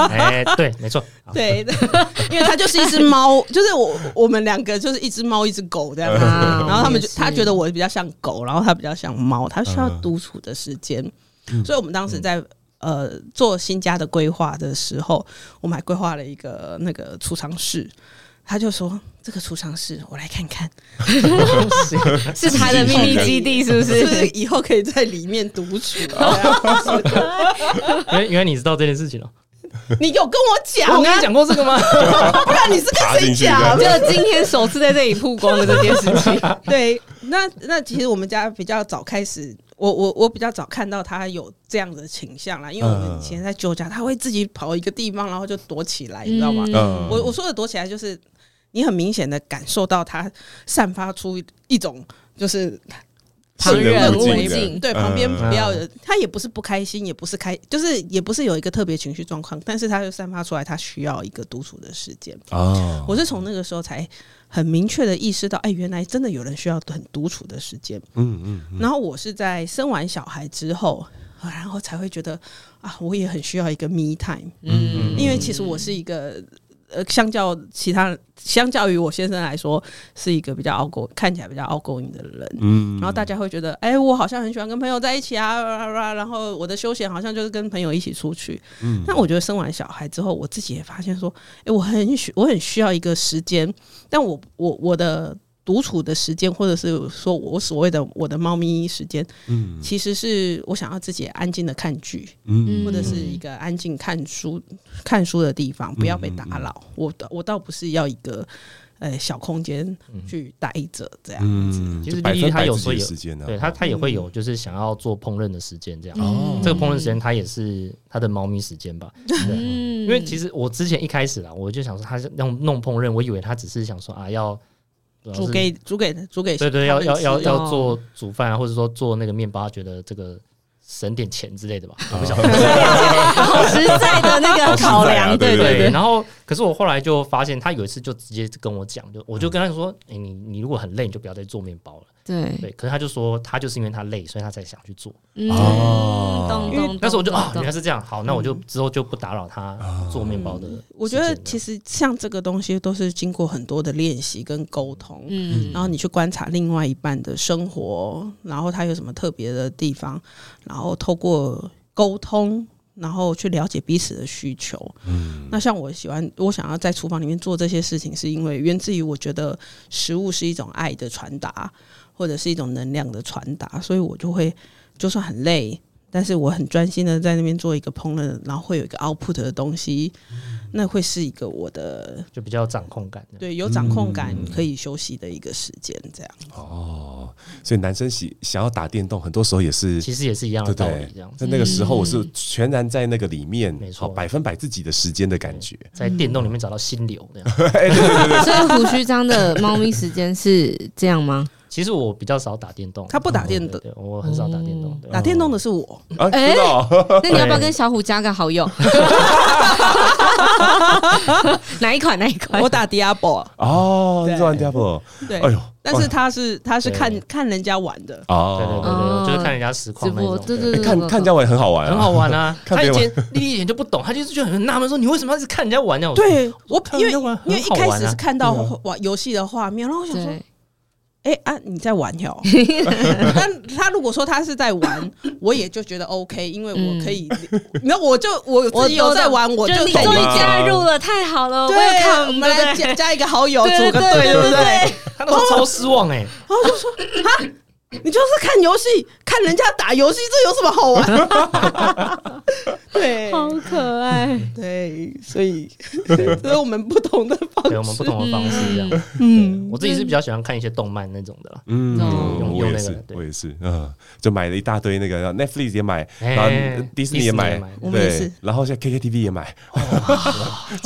C: 哎，对，没错，好
D: 对， [LAUGHS] 因为它就是一只猫， [LAUGHS] 就是我我们两个就是一只猫一只狗这样子，
B: 啊
D: 然后他们就
B: 也是
D: 他觉得我比较像狗，然后他比较像猫，他需要独处的时间，所以我们当时在。呃，做新家的规划的时候，我们还规划了一个那个储藏室。他就说：“这个储藏室，我来看看。”
B: 是他的秘密基地，是不
D: 是不是
B: 是？
D: 以后可以在里面独处？对啊
C: 因为因为你知道这件事情了，哦
D: 你有跟我讲
C: 我跟
D: 啊
C: 你，讲过这个吗？
D: [LAUGHS] 不然你是跟
A: 爬
D: 谁
A: 进去
D: 讲
A: 的？
B: 就今天首次在这里曝光的这件事
D: [LAUGHS]
B: 情，
C: 嗯
A: [LAUGHS]
D: 对，那那其实我们家比较早开始，我我我比较早看到他有这样的倾向啦，因为我们以前在旧家，他会自己跑一个地方，然后就躲起来，你知道吗？
A: 嗯
D: 我我说的躲起来就是。你很明显的感受到他散发出一种就是
B: 旁
A: 人
B: 人
A: 无
B: 无
A: 尽
B: 尽
D: 对旁边
A: 嗯
D: 不要有，他也不是不开心，也不是开，就是也不是有一个特别情绪状况，但是他就散发出来，他需要一个独处的时间。
A: 啊
D: 我是从那个时候才很明确的意识到，哎，原来真的有人需要很独处的时间。
A: 嗯嗯
D: 然后我是在生完小孩之后，啊然后才会觉得啊，我也很需要一个 me time，
B: 嗯，
D: 因为其实我是一个。呃，相较其他，相较于我先生来说，是一个比较 outgoing，看起来比较 outgoing 的人。
A: 嗯
D: 然后大家会觉得，哎、我好像很喜欢跟朋友在一起啊，啦啦啦然后我的休闲好像就是跟朋友一起出去。嗯，但我觉得生完小孩之后，我自己也发现说，哎、我很需我很需要一个时间，但我我我的独处的时间，或者是说我所谓的我的猫咪时间，
A: 嗯
D: 其实是我想要自己安静的看剧，
A: 嗯
D: 或者是一个安静看书、看书的地方，不要
C: 嗯
D: 被打扰。我我倒不是要一个呃小空间
C: 嗯
D: 去待着这样。
A: 嗯
C: 其实
A: 就百
C: 丽丽
A: 分
C: 她
A: 百
C: 有
A: 自
C: 时候
A: 己的
C: 也
A: 时间呢，啊
C: 对他，他也会有就是想要做烹饪的时间这样。
A: 哦
C: 这个烹饪时间，它也是他的猫咪时间
B: [LAUGHS]
C: 吧？对，
B: 嗯
C: 因为其实我之前一开始啦，我就想说他是弄弄烹饪，我以为他只是想说啊要主要
D: 煮
C: 是
D: 给煮给煮给
C: 对对，
D: 他
C: 要
D: 们
C: 要
D: 吃
C: 要
B: 的
C: 要
B: 哦
C: 做煮饭啊，或者说做那个面包，他啊觉得这个省点钱之类的吧，
A: 哦
C: 我不晓得。
B: 好实在的那
C: 哦
B: 个考量，对
A: 对
C: 对，然后可是我后来就发现，他有一次就直接跟我讲，就我就跟他说，哎、你你如果很累，你就不要再做面包了。
B: 对，
C: 对，可是他就说，他就是因为他累，所以他才想去做。
B: 嗯，
A: 哦
B: 懂懂。
C: 那时候我就
B: 懂
C: 啊，
B: 懂
C: 原来是这样，好，那我就之后就不打扰他
A: 哦
C: 做面包的时间了。
D: 嗯我觉得其实像这个东西都是经过很多的练习跟沟通，
B: 嗯
D: 然后你去观察另外一半的生活，然后他有什么特别的地方，然后透过沟通，然后去了解彼此的需求。嗯，那像我喜欢，我想要在厨房里面做这些事情，是因为源自于我觉得食物是一种爱的传达，或者是一种能量的传达，所以我就会就算很累。但是我很专心的在那边做一个烹饪，然后会有一个 output 的东西，那会是一个我的
C: 就比较有掌控感。，
D: 对有掌控感可以休息的一个时间，这样。
A: 哦所以男生喜想要打电动，很多时候也是
C: 其实也是一样
A: 对
C: 的
A: 不
C: 道理，这
A: 对
C: 样？子。
A: 在那个时候，我是全然在那个里面，
C: 没错
A: 哦百分百自己的时间的感觉。
C: 在
D: 嗯
C: 电动里面找到心流这样。
D: [LAUGHS]
B: 所以胡须章的猫咪时间是这样吗？
C: 其实我比较少打电动，
D: 他不打电动
C: 对对对我很少打电动。对
D: 打电动的是我，
C: 哦
A: 啊，
B: 哎
A: 知道，
B: 那你要不
D: 哎
B: 要跟小虎加个好
D: [LAUGHS]
B: 友？哪一款？哪一款？
D: 我打 Diablo，
A: 哦，你知道 Diablo，
D: 对，
A: 哎呦，
D: 但是他是他是看
C: 对
D: 看人家玩
C: 对
D: 的，
C: 对对
A: 哦，
C: 对，
B: 哦
C: 我就是看人家实
B: 直
C: 况那
B: 播
C: 种。
B: 对
C: 对
B: 对对，
A: 看看人家玩很好玩，
C: 很好。玩
D: [LAUGHS]
C: 啊！
A: 看
C: 他
A: 别
C: 以
A: 人
C: 前丽丽以前就不懂，他就是觉得很纳闷，说你为什么要一直看人家玩呢？我说，
D: 对我
C: 看
D: 因为
C: 人家玩
D: 因为
C: 很
D: 一
C: 好
D: 开
C: 玩
D: 始
C: 啊
D: 是看到玩游戏的画面，然后我想说，
B: 对，
D: 哎啊你在玩
B: [LAUGHS]
D: 哟，但他如果说他是
C: [LAUGHS]
D: 在玩，我也就觉得 OK，因为我可以，
C: 嗯
D: 那我就我自己有在玩，我
B: 就你终
D: 在
B: 于
A: 懂了
B: 加入了，太好了，
D: 对，
B: 看
D: 我
B: 们
D: 们来加加一个好友，
B: 对
D: 组个
B: 对对
D: 队，对不
B: 对
D: 对？
C: 他那时候超失望
D: [LAUGHS]
C: 哎，
D: 你就是看游戏，看人家打游戏，这有什么好玩？ [LAUGHS] 对，
B: 好可爱。
D: 对，所以 [LAUGHS] 这是我们不同的方式。
C: 对我们不同的方式这样。
D: 嗯
C: 对我自己是比较喜欢看一些动漫那种的啦。
A: 嗯
B: 哦
C: 用
A: 我也
C: 用那个
A: 是，
C: 对
A: 我也是，嗯，就买了一大堆那个然后，Netflix 也买，
C: 哎
A: 然后迪士尼也买
C: 迪士尼也买，
D: 我们也
A: 对
D: 是，
A: 然后现在 KKTV 也买，
B: 我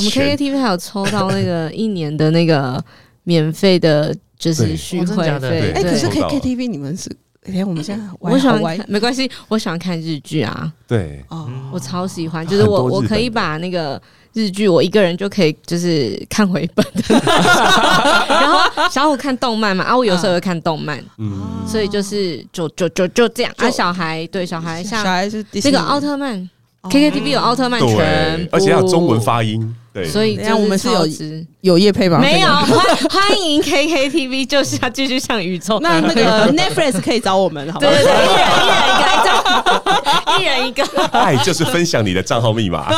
B: 们
A: 全
B: KKTV 还有抽到那个一年的那个免费的就是
A: 对
B: 巡
C: 哦真的
B: 回
C: 假的
B: 费。
A: 对
D: 哎、
B: 对
D: 可是
A: 抽到了
D: KTV 你们是，哎、我们现在
B: 我
D: 玩
B: 喜
D: 好
B: 欢
D: 歪
B: 看，没关系，我喜欢看日剧啊，
A: 对，
D: 哦，
B: 我超喜欢，就是
A: 很
B: 我
A: 多日
B: 我
A: 本
B: 可以
A: 的
B: 把那个日剧，我一个人就可以就是看回本的
A: [LAUGHS]
B: 那种。然后小虎看动漫嘛，啊，我有时候会看动漫，
A: 嗯，
B: 所以就是就就就就这样。
D: 就
B: 啊，小孩对小孩
D: 小
B: 像
D: 孩是
B: 这个奥特曼，KKTV 有奥特曼全
A: 哦对，
B: 部，
A: 而且要有中文，啊发音，对，
B: 所以就
D: 等一哎下我们是有
B: 超值
D: 有叶配吗？
B: 没有欢欢迎 KKTV，就是要继续向宇宙。
D: 那 [LAUGHS] 那个 Netflix 可以找我们，好
B: 对
D: 吧？
B: 对对，一人一人一个来找， [LAUGHS] 一人一个。
A: 爱就是分享你的账号密码，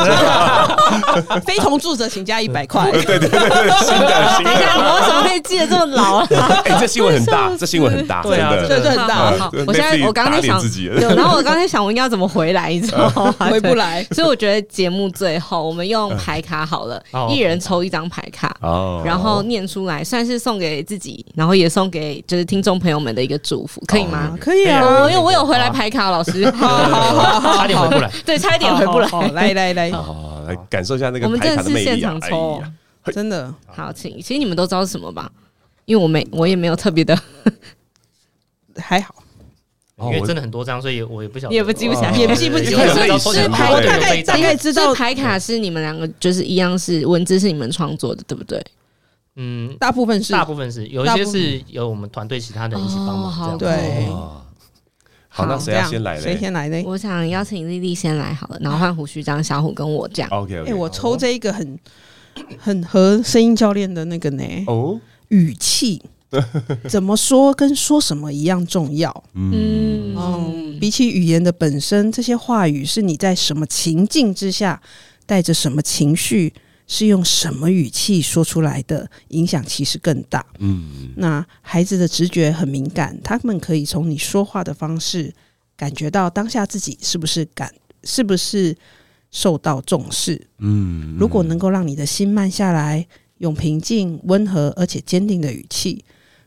D: 非同住者请加一百块。
A: 新的新
B: 大
A: 的，
B: 家，我为什么可以记得这么牢啊？
A: 哎，这新闻很大，这新闻很大，真
C: 对啊
A: 的
C: 真的
D: 这这很大
B: 好
A: 呃
B: 好
A: 对
B: 我现在
A: Netflix
B: 我刚刚在
A: 打脸
B: 想
A: 自己了
B: 对，然后我刚才想我应该要怎么回来，你知道吗？
D: 回不
B: 对。
D: 来，
B: 所以我觉得节目最后我们用牌卡好了，
C: 哦
B: 一人抽一张牌卡。
A: 哦
B: 然后念出来，算是送给自己，然后也送给就是听众朋友们的一个祝福，可以吗？
C: 可
D: 可以
C: 以啊
B: 哦，因为我有回来牌卡，老师，
D: 嗯
C: 差点回
D: [LAUGHS]
C: 不来。
B: [LAUGHS] 对，差一点回不
D: 好
B: [LAUGHS]
D: 好好
B: 来。
D: 来来来，
A: 哦，来感受一下那个
B: 我们
A: 牌
B: 真
A: 卡的
B: 的是
A: 魅
B: 现
A: 力啊
B: 场！
A: 哎
B: 抽哦
A: 呀，
D: 真的
B: 好，请，其实你们都知道是什么吧？因为我没，我也没有特别的，
D: 还好，
A: 哦
C: 因为
A: 我
C: 真的很多张，所以我也不晓得，哦
B: 也不记不起来，
D: 也记不起
C: 来
D: 来
C: 所以到抽
B: 是
C: 奖
B: 牌
C: 我
B: 卡
C: 就有
D: 大概
C: 被
D: 大概知
B: 所
D: 道
B: 以牌卡是你们两个就是一样是文字是你们创作的，对不对？
C: 嗯，
D: 大部分是
C: 大部分是有一些是由我们团队其他人一起帮
B: 哦
C: 忙
B: 好
C: 这样子。
D: 对
A: 哦好，
B: 好
A: 那
D: 这
A: 谁要
D: 样
A: 先来
D: 谁
A: 嘞
D: 先来呢？
B: 我想邀请丽丽先来好了，然后换胡须章、小虎跟我这样。
A: ？OK，
D: 哎，我抽这一个很很和声音教练的那个呢
A: 哦，
D: 语气，怎么说跟说什么一样重要。
B: 嗯
D: 嗯，比起语言的本身，这些话语是你在什么情境之下，带着什么情绪，是用什么语气说出来的，影响其实更大。
A: 嗯，
D: 那孩子的直觉很敏感，他们可以从你说话的方式，感觉到当下自己是不是感，是不是受到重视。
A: 嗯
D: 如果能够让你的心慢下来，用平静、温和而且坚定的语气，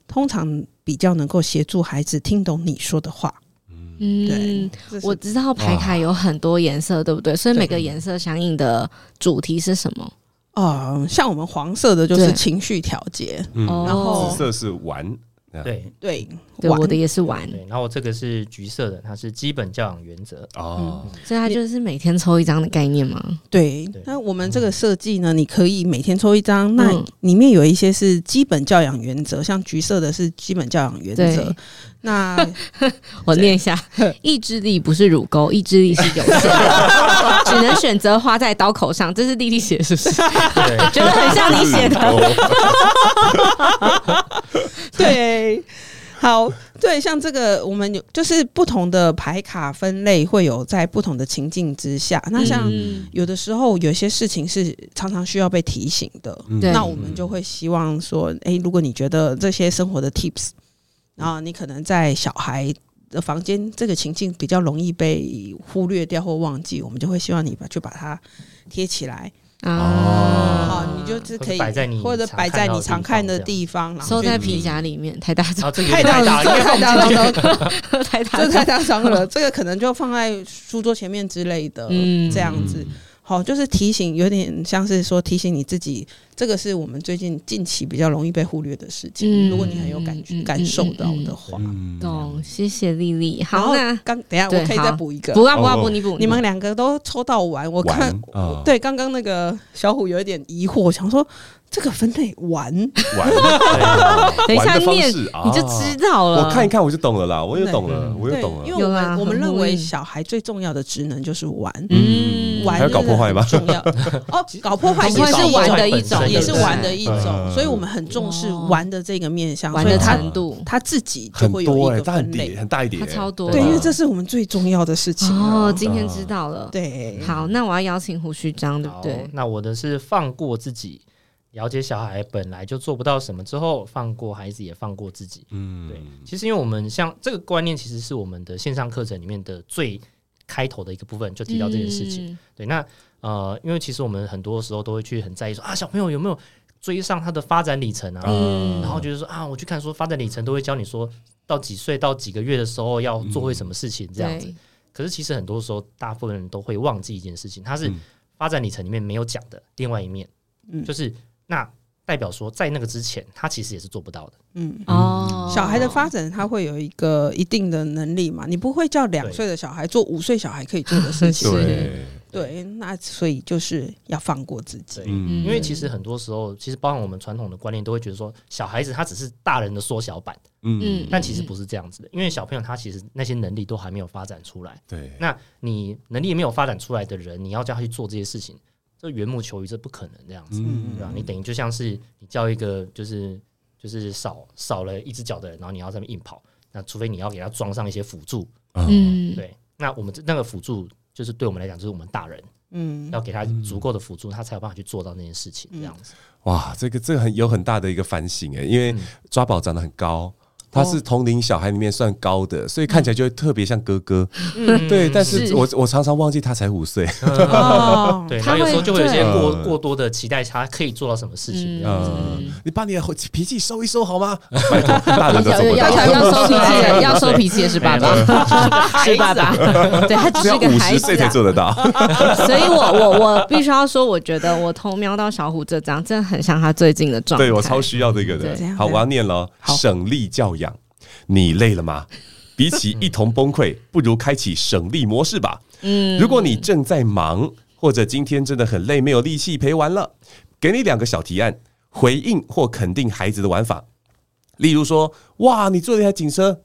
D: 通常比较能够协助孩子听懂你说的话。
B: 嗯
D: 对，，这是
B: 我知道牌卡有很多颜色，对不对？所以每个颜色相应的主题是什么？
D: 呃，像我们黄色的就是
B: 对
D: 情绪调节，
A: 嗯，
D: 然后
A: 紫色是玩，
C: 对
D: 对，
B: 哦对，
D: 玩
B: 我的也是玩，
C: 对，然后这个是橘色的，它是基本教养原则。
A: 哦，
B: 所以它就是每天抽一张的概念嘛。
D: 对
C: 对。
D: 那我们这个设计呢，你可以每天抽一张，那
B: 嗯
D: 里面有一些是基本教养原则，像橘色的是基本教养原则
B: 对，
D: 那
B: [LAUGHS] 我念一下： [LAUGHS] 意志力不是乳沟，意志力是有限 [LAUGHS] 的，只能选择花在刀口上。这是丽丽写的，是不是？
C: 对，
B: 觉得很像你写的。
A: 的，
D: 对。好，对，像这个我们有就是不同的牌卡分类会有在不同的情境之下，那像
B: 嗯
D: 有的时候有些事情是常常需要被提醒的，
A: 嗯
B: 对
D: 那我们就会希望说，诶，如果你觉得这些生活的 tips，然后你可能在小孩的房间这个情境比较容易被忽略掉或忘记，我们就会希望你把去把它贴起来，
B: 啊
D: 好，
B: 哦
D: 你就是可以
C: 或者摆在你
D: 或者摆在你常
C: 常
D: 看
C: 看
D: 的
C: 到的
D: 地
C: 地
D: 方，然后
B: 收
D: 就
B: 在皮夹里面，太大
C: 然
B: [LAUGHS] 张，
C: 后这个
D: 太大
C: 了，
D: 这个太大
C: 了，
D: 了，
B: [LAUGHS]
D: 这
B: 太大
D: 个
B: 张
D: 太。大张了，这个可能就放在书桌前面之类的，
B: 嗯
D: 这样子。好，就是提醒，有点像是说提醒你自己，这个是我们最近近期比较容易被忽略的事情。
B: 嗯
D: 如果你很有感觉、
B: 嗯嗯嗯
D: 感受到的话，
A: 嗯
B: 懂，谢谢丽丽。
D: 然
B: 好，
D: 后
B: 那
D: 刚等一下
B: 对
D: 我可以再
B: 好
D: 补一个，
B: 不要不要
A: 哦
B: 不，你补
D: 你们两个都抽到完，我看
A: 玩啊，
D: 对刚刚那个小虎有一点疑惑，想说这个分类完，
A: 玩，
B: 等一下
A: 玩的方
B: 念
A: 式哦
B: 你就知道了。
A: 我看一看我就懂了啦，我又懂了，
C: 对
A: 我又
D: 对
A: 懂，了
D: 因。为我
B: 有啦啊
D: 们我们
B: 很
D: 认
B: 呼
D: 为
B: 应
D: 小孩最重要的职能就是玩。
B: 嗯
D: 玩
A: 还要搞
D: 真的
A: 破坏吗
D: 很重要哦，搞破
B: 搞
D: 坏也
B: 破坏是
D: 一
B: 玩
D: 种
B: 的一
C: 本身
B: 种，
D: 也是
C: 对
D: 玩的一种，
A: 嗯
D: 所以我们很重视
B: 哦
D: 玩的这个面向，
B: 玩
D: 所
B: 的
D: 以他
B: 程度，
D: 他自己就
A: 很
D: 会
A: 多
D: 有
A: 哎、
D: 一个
A: 它很
D: 分
A: 叠，
D: 类。
A: 很大一叠、
B: 它超多
D: 对，因为
A: 啊
D: 这是我们最重要的事情
B: 哦
D: 啊。，
B: 今天知道了。
D: 对，
B: 好，那我要邀请胡须章，对不
C: 好
B: 对？
C: 那我的是放过自己，了解小孩本来就做不到什么，之后放过孩子，也放过自己。
A: 嗯，
C: 对，其实因为我们像这个观念，其实是我们的线上课程里面的最开头的一个部分，就提到这件事情。
B: 嗯，
C: 对，那呃，因为其实我们很多时候都会去很在意说啊，小朋友有没有追上他的发展里程啊？
B: 嗯
C: 然后就是说啊，我去看说发展里程都会教你说到几岁到几个月的时候要做会什么事情这样子。
B: 对，
C: 可是其实很多时候，大部分人都会忘记一件事情，它是
A: 嗯
C: 发展里程里面没有讲的另外一面，
D: 嗯
C: 就是那代表说在那个之前，他其实也是做不到的。
D: 嗯。
B: 哦
D: 小孩的发展，他会有一个一定的能力嘛？你不会叫两岁的小孩做五岁小孩可以做的事情，
A: 对，
D: [LAUGHS] 对，那所以就是要放过自己
C: 对。
A: 嗯，
C: 因为其实很多时候，其实包含我们传统的观念都会觉得说，小孩子他只是大人的缩小版，
A: 嗯，
C: 但其实不是这样子的。因为小朋友他其实那些能力都还没有发展出来，
A: 对，
C: 那你能力没有发展出来的人，你要叫他去做这些事情，这缘木求鱼，这不可能这样子，
A: 嗯
C: 对吧、你等于就像是你叫一个就是就是少少了一只脚的人，然后你要这么硬跑，那除非你要给他装上一些辅助，
B: 嗯，
C: 对，那我们这那个辅助就是对我们来讲就是我们大人
D: 嗯，
C: 要给他足够的辅助，他才有办法去做到那件事情这样子。
A: 哇，这个这个很有很大的一个反省哎，因为抓宝长得很高。他是同龄小孩里面算高的，所以看起来就会特别像哥哥。
C: 嗯
A: [LAUGHS] 对，但是
B: 是
A: 我我常常忘记他才五岁。 [LAUGHS]
D: [LAUGHS] 哦，
C: 对，
B: 他
C: 他有时候
B: 会
C: 就会有一些
A: 对
C: 过
A: 嗯
C: 过多的期待，他可以做到什么事情这
A: [LAUGHS]
C: 样子。
A: 呃，你把你的脾气收一收好吗？拜托，大人都
B: 要
A: 做不
B: 要
A: 到，
B: 要要收脾气的，要收脾气的是爸爸， [LAUGHS] 是爸爸。对他
A: 只
B: 只是
A: 要
B: 个
A: 五
B: 孩
A: 十岁
B: 子
A: 才
B: 啊，
A: 做得到。
B: [LAUGHS] 所以我我我必须要说，我觉得我偷瞄到小虎这张，真的很像他最近的状态。
A: 对我超需要这个的
D: 对怎。样
A: 好，
D: 怎样
A: 我要念了哦，
D: 好
A: 省力教养，你累了吗？比起一同崩溃，不如开启省力模式吧。
B: 嗯
A: 如果你正在忙，或者今天真的很累，没有力气陪玩了，给你两个小提案，回应或肯定孩子的玩法。例如说，哇，你坐了一台警车，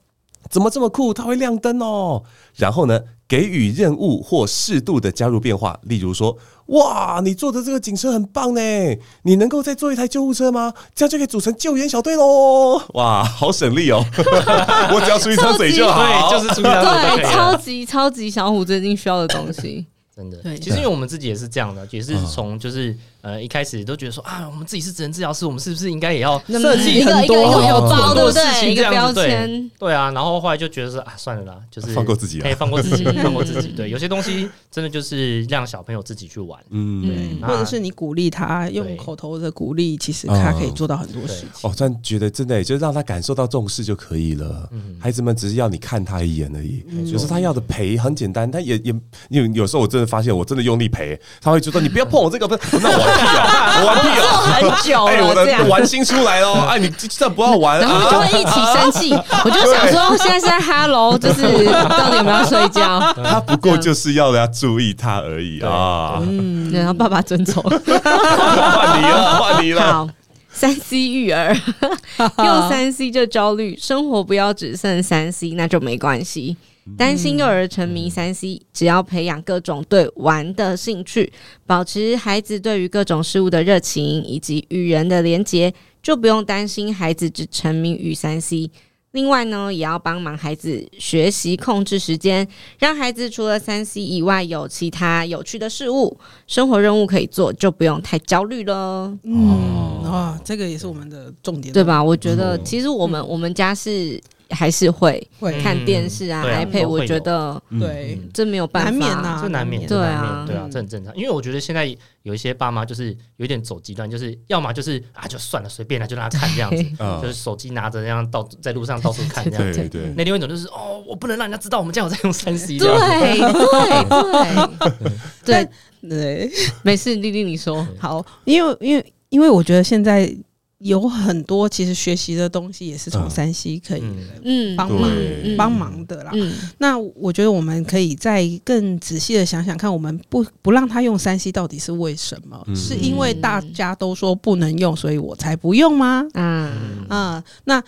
A: 怎么这么酷？它会亮灯哦。然后呢，给予任务或适度的加入变化，例如说，哇，你坐的这个警车很棒呢，你能够再坐一台救护车吗？这样就可以组成救援小队喽。哇，好省力
C: [LAUGHS]
A: 哦，我只要出一张嘴就好。
C: 对，就是出来
B: 对，超级超级小虎最近需要的东西，
C: 真的
B: 对，
C: 其实因为我们自己也是这样的，也
A: 嗯
C: 是从就是呃一开始都觉得说啊，我们自己是职能治疗师，我们是不是应该也要设计
B: 一个
C: 很
B: 一个
C: 多
B: 一个
C: 要做
B: 包，
C: 很
B: 对
C: 多
B: 不
C: 事
B: 对？
C: 情
B: 一
C: 这
B: 个
C: 样
B: 标
C: 子？对
B: 签，
C: 对啊，然后后来就觉得说啊，算了啦，就是
A: 放过自己啊啦
C: 可以放过自
B: [LAUGHS]
C: 己，
B: 嗯
C: 放过自己。对，有些东西真的就是让小朋友自己去玩。
A: 嗯
B: 嗯
C: 那
D: 或者是你鼓励他用
C: 对
D: 口头的鼓励，其实他可以做到很多事情。
A: 哦，突然觉得真的耶，就让他感受到重视就可以了。
C: 嗯
A: 孩子们只是要你看他一眼而已，
D: 嗯
A: 有时候他要的陪很简单，他也也有有时候我真的发现，我真的用力陪，他会觉得你不要碰我这个，不是那我玩屁啊，我玩屁
B: [LAUGHS]
A: 啊，
B: 很久
A: 哎，我
B: 了这样
A: 的。玩心出来喽，哎，你这不要玩
B: 然后就
A: 啊，
B: 会一起生气，我就想说，现在是在 hello，就是到底有没有要睡觉？
A: 他不过就是要人家注意他而已
C: 对
A: 啊，
B: 然后爸爸遵从。
A: 换你了，换你
B: [LAUGHS]
A: 了，
B: 好，三 C 育儿，用三 C 就焦虑，生活不要只剩三 C，那就没关系。担心幼儿沉迷三 C，只要培养各种对玩的兴趣，保持孩子对于各种事物的热情以及与人的连结，就不用担心孩子只沉迷于三 C。另外呢，也要帮忙孩子学习控制时间，让孩子除了三 C 以外有其他有趣的事物、生活任务可以做，就不用太焦虑了。
D: 嗯，啊，这个也嗯是我们的重点，
B: 对？吧？我觉得其实我们、我们家是还是会
D: 会
C: 嗯
B: 看电视啊、
C: 对啊
B: iPad，
C: 都会
B: 我
C: 有
B: 觉得
D: 对，
B: 这没有办法，
D: 难免呐，
C: 这难免，
B: 对
C: 这
B: 啊
C: 难免对啊
D: 嗯，
C: 这很正常。因为我觉得现在有一些爸妈就是有点走极端，就是要么就是啊，就算了，随便了，就让他看这样子，
A: 嗯
C: 就是手机拿着这样到在路上到处看这样子。
A: 对对，
C: 那另外一种就是哦，我不能让人家知道我们家有在用三
B: [LAUGHS]
C: C
B: 对啊
C: 这样。
B: 对 [LAUGHS] 对对，
D: [LAUGHS] 对，
B: 没事，丽丽你说，
D: 好，因为因为因为我觉得现在有很多其实学习的东西也是从
A: 嗯
D: 山西可以
C: 嗯
B: 嗯，
D: 帮忙
A: 对
D: 帮忙的啦。
B: 嗯，
D: 那我觉得我们可以再更仔细的想想看，我们不不让他用三 C 到底是为什么？
A: 嗯
D: 是因为大家都说不能用，所以我才不用吗？
B: 嗯啊，
D: 啊，那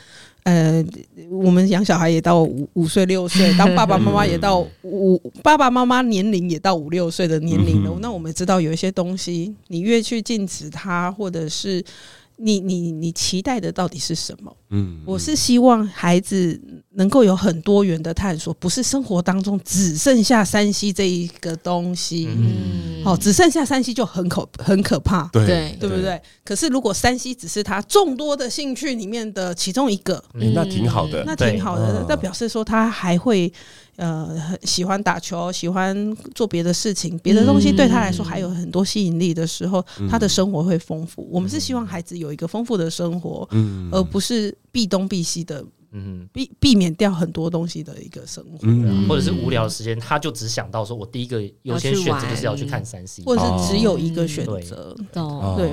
D: 呃，我们养小孩也到五五岁六岁，
A: [LAUGHS]
D: 当爸爸妈妈也到五爸爸妈妈年龄也到五六岁的年龄了。
A: 嗯哼
D: 那我们知道有一些东西，你越去禁止它，或者是你你你期待的到底是什么？
A: 嗯
D: 我是希望孩子能够有很多元的探索，不是生活当中只剩下山西这一个东西。
B: 嗯，
D: 哦，只剩下山西就很可很可怕。
A: 对
B: 对
D: 对不？对？可是如果山西只是他众多的兴趣里面的其中一个，
A: 诶哎
C: 嗯
A: 那挺好的，
D: 那
C: 对
D: 挺好的
A: 嗯。
D: 那表示说他还会呃很喜欢打球，喜欢做别的事情，别的东西对他来说还有很多吸引力的时候，
A: 嗯
D: 他的生活会丰富。我们是希望孩子有一个丰富的生活，
A: 嗯
D: 而呃不是避东避西的，
C: 嗯，
D: 避避免掉很多东西的一个生活。
A: 嗯
C: 或者是无聊的时间，他就只想到说，我第一个优先选择就是要去看三 C。
A: 哦
D: 或者是只有一个选择，
B: 懂，
D: 对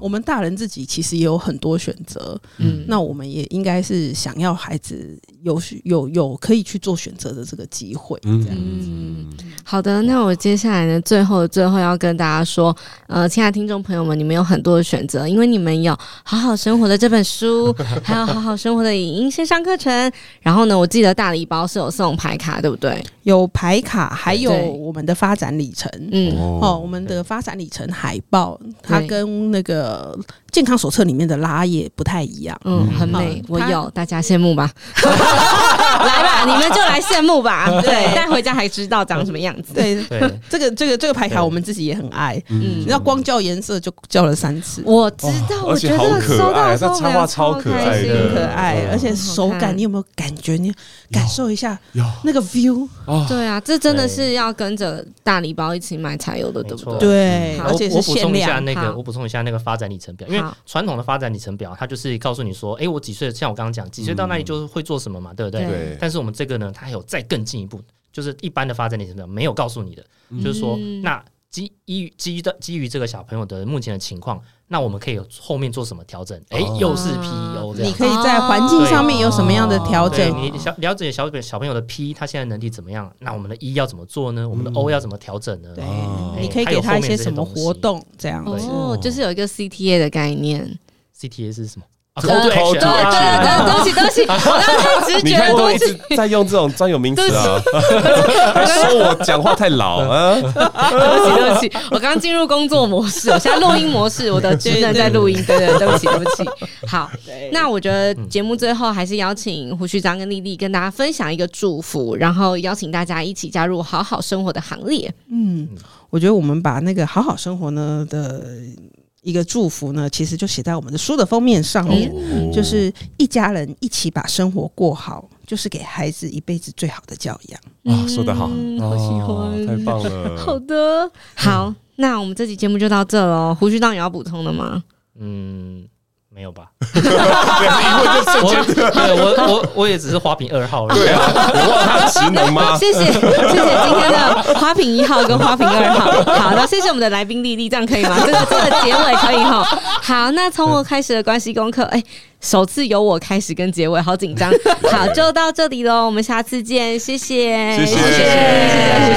D: 我们大人自己其实也有很多选择，
B: 嗯，
D: 那我们也应该是想要孩子有有有可以去做选择的这个机会，
A: 嗯
D: 这样。
A: 嗯
B: 好的，那我接下来呢，最后最后要跟大家说，呃，亲爱的听众朋友们，你们有很多的选择，因为你们有《好好生活》的这本书， [LAUGHS] 还有《好好生活》的影音线上课程。然后呢，我记得大礼包是有送牌卡，对不对？
D: 有牌卡，还有
B: 对
D: 我们的发展里程。
B: 嗯，
D: 哦，我们的发展里程海报，它
B: 对
D: 跟那个健康手册里面的拉页不太一样。
B: 嗯，很美
D: 嗯，
B: 我
D: 它
B: 有，大家羡慕吧？来吧，你们就来羡慕吧。对，带回家还知道长什么样子。 [LAUGHS]
D: 对，
C: 对，
D: 这个这个这个牌卡，
C: 对
D: 我们自己也很爱。
B: 嗯
D: 你知道，光叫颜色就叫了三次，
B: 我知道，
A: 哦
B: 我
A: 而且
B: 觉得
A: 好
B: 这个
A: 可
B: 收到
A: 爱
B: 的时候
A: 它插画
B: 我
A: 超可爱
B: 开心
A: 的
D: 很
A: 对
D: 可爱
C: 啊
A: 嗯，
D: 而且手
B: 好看
D: 感，你有没有感觉？你感受一下
A: 有
D: 那个
C: 嗯
D: view，
A: 啊，
B: 对啊，这真的
C: 对
B: 是要跟着大礼包一起买才有的，
C: 没
B: 对不
C: 错
B: 对？
D: 对，
B: 好
D: 而
C: 我
D: 且
C: 我
D: 是
C: 补充
D: 限
C: 一下
D: 量。
C: 那个，
B: 好
C: 我补充一下那个发展里程表，因为
B: 好
C: 传统的发展里程表，它就是告诉你说，哎，我几岁，像我刚刚讲，几岁到那里就是会做什么嘛，对不对？
B: 嗯对
A: 对，
C: 但是我们这个呢，它还有再更进一步，就是一般的发展里程表没有告诉你的，就是说，
B: 嗯
C: 那基基于基于的基于这个小朋友的目前的情况，那我们可以后面做什么调整？哎、
A: 哦
C: 又是 PEO 这
D: 你
C: 样。哦
D: 可以在环境上面有什么样
B: 哦
D: 的调
C: 对
D: 整？
C: 你小了解小小朋友的 P，他 E，现在能力怎么样？那我们的 E 要怎么做呢？我
B: 嗯
C: 们的 O 要怎么调整呢？哎
D: 对
A: 哦，
D: 你可以
C: 还有
D: 给
C: 后
D: 他一
C: 面
D: 些
C: 这些
D: 什么
C: 东西嗯
D: 活动这样子？
B: 哦，就是有一个 CTA 的概念。
C: CTA 是什么啊
A: Call to
C: Call
A: action
C: to
A: 对对对
B: 对不
C: action
B: 起，对不起，我刚才直
A: 你
B: 觉了，
A: 看我
B: 对
A: 一
B: 不
A: 直
B: 起。
A: 在用这种专有名词啊，还说我讲话太老啊，
B: 对不起，对不起，我刚进入工作模式，我现在录音模式，我的职能在录音。对对，对不起，对不起。好，那我觉得节目最后还是邀请胡须章跟丽丽跟大家分享一个祝福，然后邀请大家一起加入好好生活的行列。
D: 嗯，我觉得我们把那个好好生活呢的一个祝福呢，其实就写在我们的书的封面上面，就是一家人一起把生活过好，就是给孩子一辈子最好的教养。
A: 啊，说得好，
B: 嗯好喜
A: 哦太
B: 欢。
A: 棒了，
B: 好的，好，那我们这期节目就到这喽。胡须章有要补充的吗？
C: 嗯，没
A: [LAUGHS]
C: 有吧？
A: 对，一问就
C: 我对我我我也只是花瓶二号而已。
A: 对啊，我忘他的职能吗？
B: 谢谢谢谢今天的花瓶一号跟花瓶二号。好的，谢谢我们的来宾丽丽，这样可以吗？这个这个结尾可以哈。好，那从我开始的关系功课，哎、首次由我开始跟结尾，好紧张。好，就到这里喽，我们下次见，谢谢，
A: 谢谢
B: 谢谢谢谢。谢谢